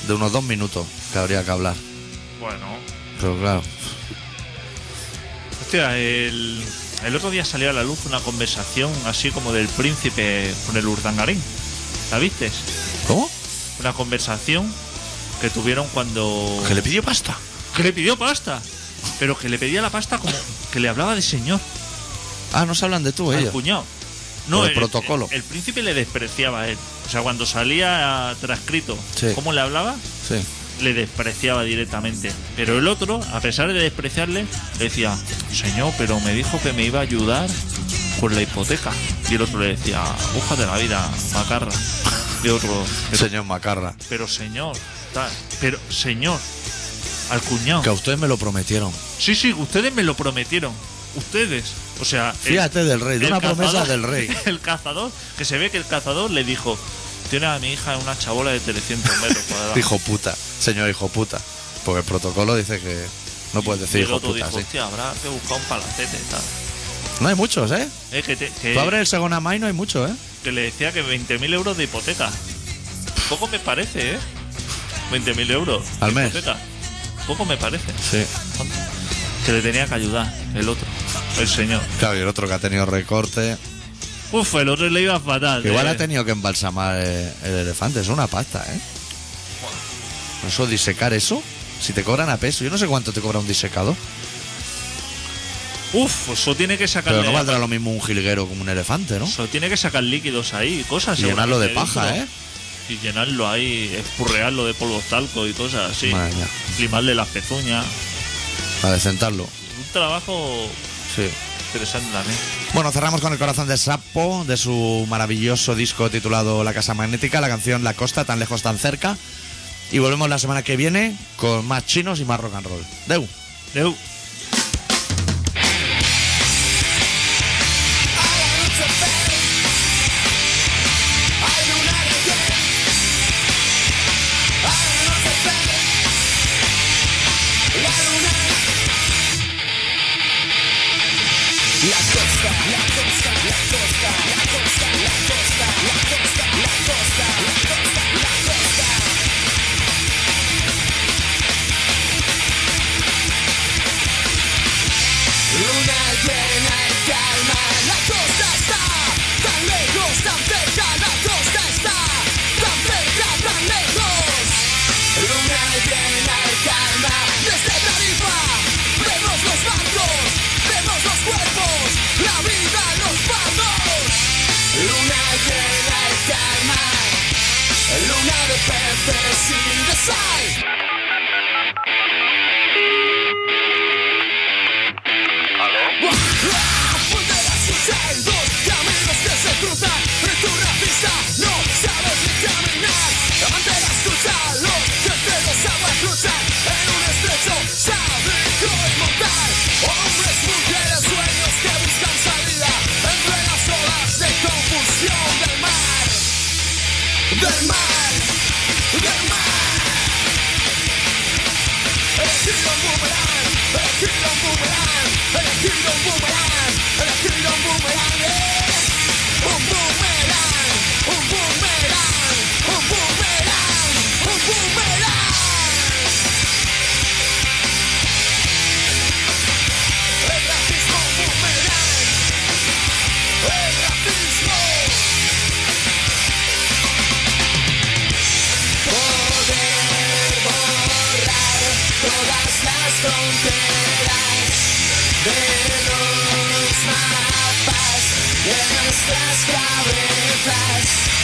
A: de unos dos minutos que habría que hablar.
B: Bueno.
A: Pero claro,
B: Hostia, el, el otro día salió a la luz una conversación así como del príncipe con el urdangarín. ¿La viste?
A: ¿cómo?
B: Una conversación que tuvieron cuando...
A: Que le pidió pasta.
B: que le pidió pasta. Pero que le pedía la pasta como que le hablaba de señor
A: Ah, no se hablan de tú
B: al
A: ellos.
B: cuñado.
A: Por el protocolo.
B: El, príncipe le despreciaba a él. O sea, cuando salía transcrito,
A: Sí.
B: ¿cómo le hablaba?
A: Sí.
B: le despreciaba directamente. Pero el otro, a pesar de despreciarle, le decía, señor, pero me dijo que me iba a ayudar con la hipoteca. Y el otro le decía, búscate la vida, macarra. Y otro, pero,
A: Señor Macarra,
B: pero señor, tal, pero señor, al
A: que a
B: cuñado.
A: ustedes me lo prometieron.
B: Sí, sí, ustedes me lo prometieron. Ustedes. O sea, el-
A: Fíjate del rey, de
B: el
A: una promesa
B: cazador-
A: del rey.
B: El cazador, que se ve que el cazador le dijo, tiene a mi hija en una chabola de 300 metros cuadrados.
A: Hijo puta, señor hijo puta. Porque el protocolo dice que no puedes decir
B: Y el
A: hijo
B: otro
A: puta,
B: dijo,
A: sí.
B: hostia, habrá que buscar un palacete y tal.
A: No hay muchos, ¿eh?
B: Eh, que, te- que-
A: Tú abres el Segona Mai y no hay muchos, ¿eh?
B: que le decía que 20.000 euros de hipoteca. Poco me parece, ¿eh? 20.000 euros.
A: Al
B: de
A: mes.
B: hipoteca. Poco me parece.
A: Sí.
B: Que le tenía que ayudar el otro, el señor.
A: Claro, y el otro que ha tenido recorte.
B: Uf, el otro le iba fatal.
A: Igual
B: eh.
A: ha tenido que embalsamar eh, el elefante, es una pasta, ¿eh? Eso, disecar eso, si te cobran a peso, yo no sé cuánto te cobra un disecado.
B: Uf, eso tiene que sacar
A: Pero no valdrá lo mismo un jilguero como un elefante, ¿no?
B: eso tiene que sacar líquidos ahí, cosas. y
A: Llenarlo de
B: ridículo.
A: paja, ¿eh?
B: Y llenarlo ahí, espurrearlo de polvo talco y cosas así.
A: Madre mía.
B: Limarle las pezuñas.
A: Para desentarlo.
B: Un trabajo
A: Sí.
B: interesante también.
A: Bueno, cerramos con el corazón de Sapo, de su maravilloso disco titulado La Casa Magnética, la canción La Costa, tan lejos, tan cerca. Y volvemos la semana que viene con más chinos y más rock and roll. Deu.
B: Deu.
C: Hay mucho fe, hay luna de piel, hay mucho fe, la luna, la costa, la costa, la costa, la costa, la costa, la costa, la costa, la costa, la costa. Luna llena y calma, la costa está tan lejos, tan cerca, la costa está tan cerca, tan lejos. Luna llena y calma, desde Tarifa vemos los barcos, vemos los cuerpos, la vida, los pasos. Luna llena y calma, luna de peces y de sal. Fronteras y sendos caminos que se cruzan En tu repisa no sabes ni caminar La bandera escucha los senderos agua cruzan En un estrecho sabrito y mortal Hombres, mujeres, sueños que buscan salida Entre las olas de confusión del mar Del mar, del mar Elegido un boomerang, elegido un boomerang, elegido un boomerang, elegido un boomerang, eh. Un boomerang, un boomerang, un boomerang, un boomerang. El racismo boomerang, el racismo. poder borrar todas las fronteras de los mapas de nuestras cabezas.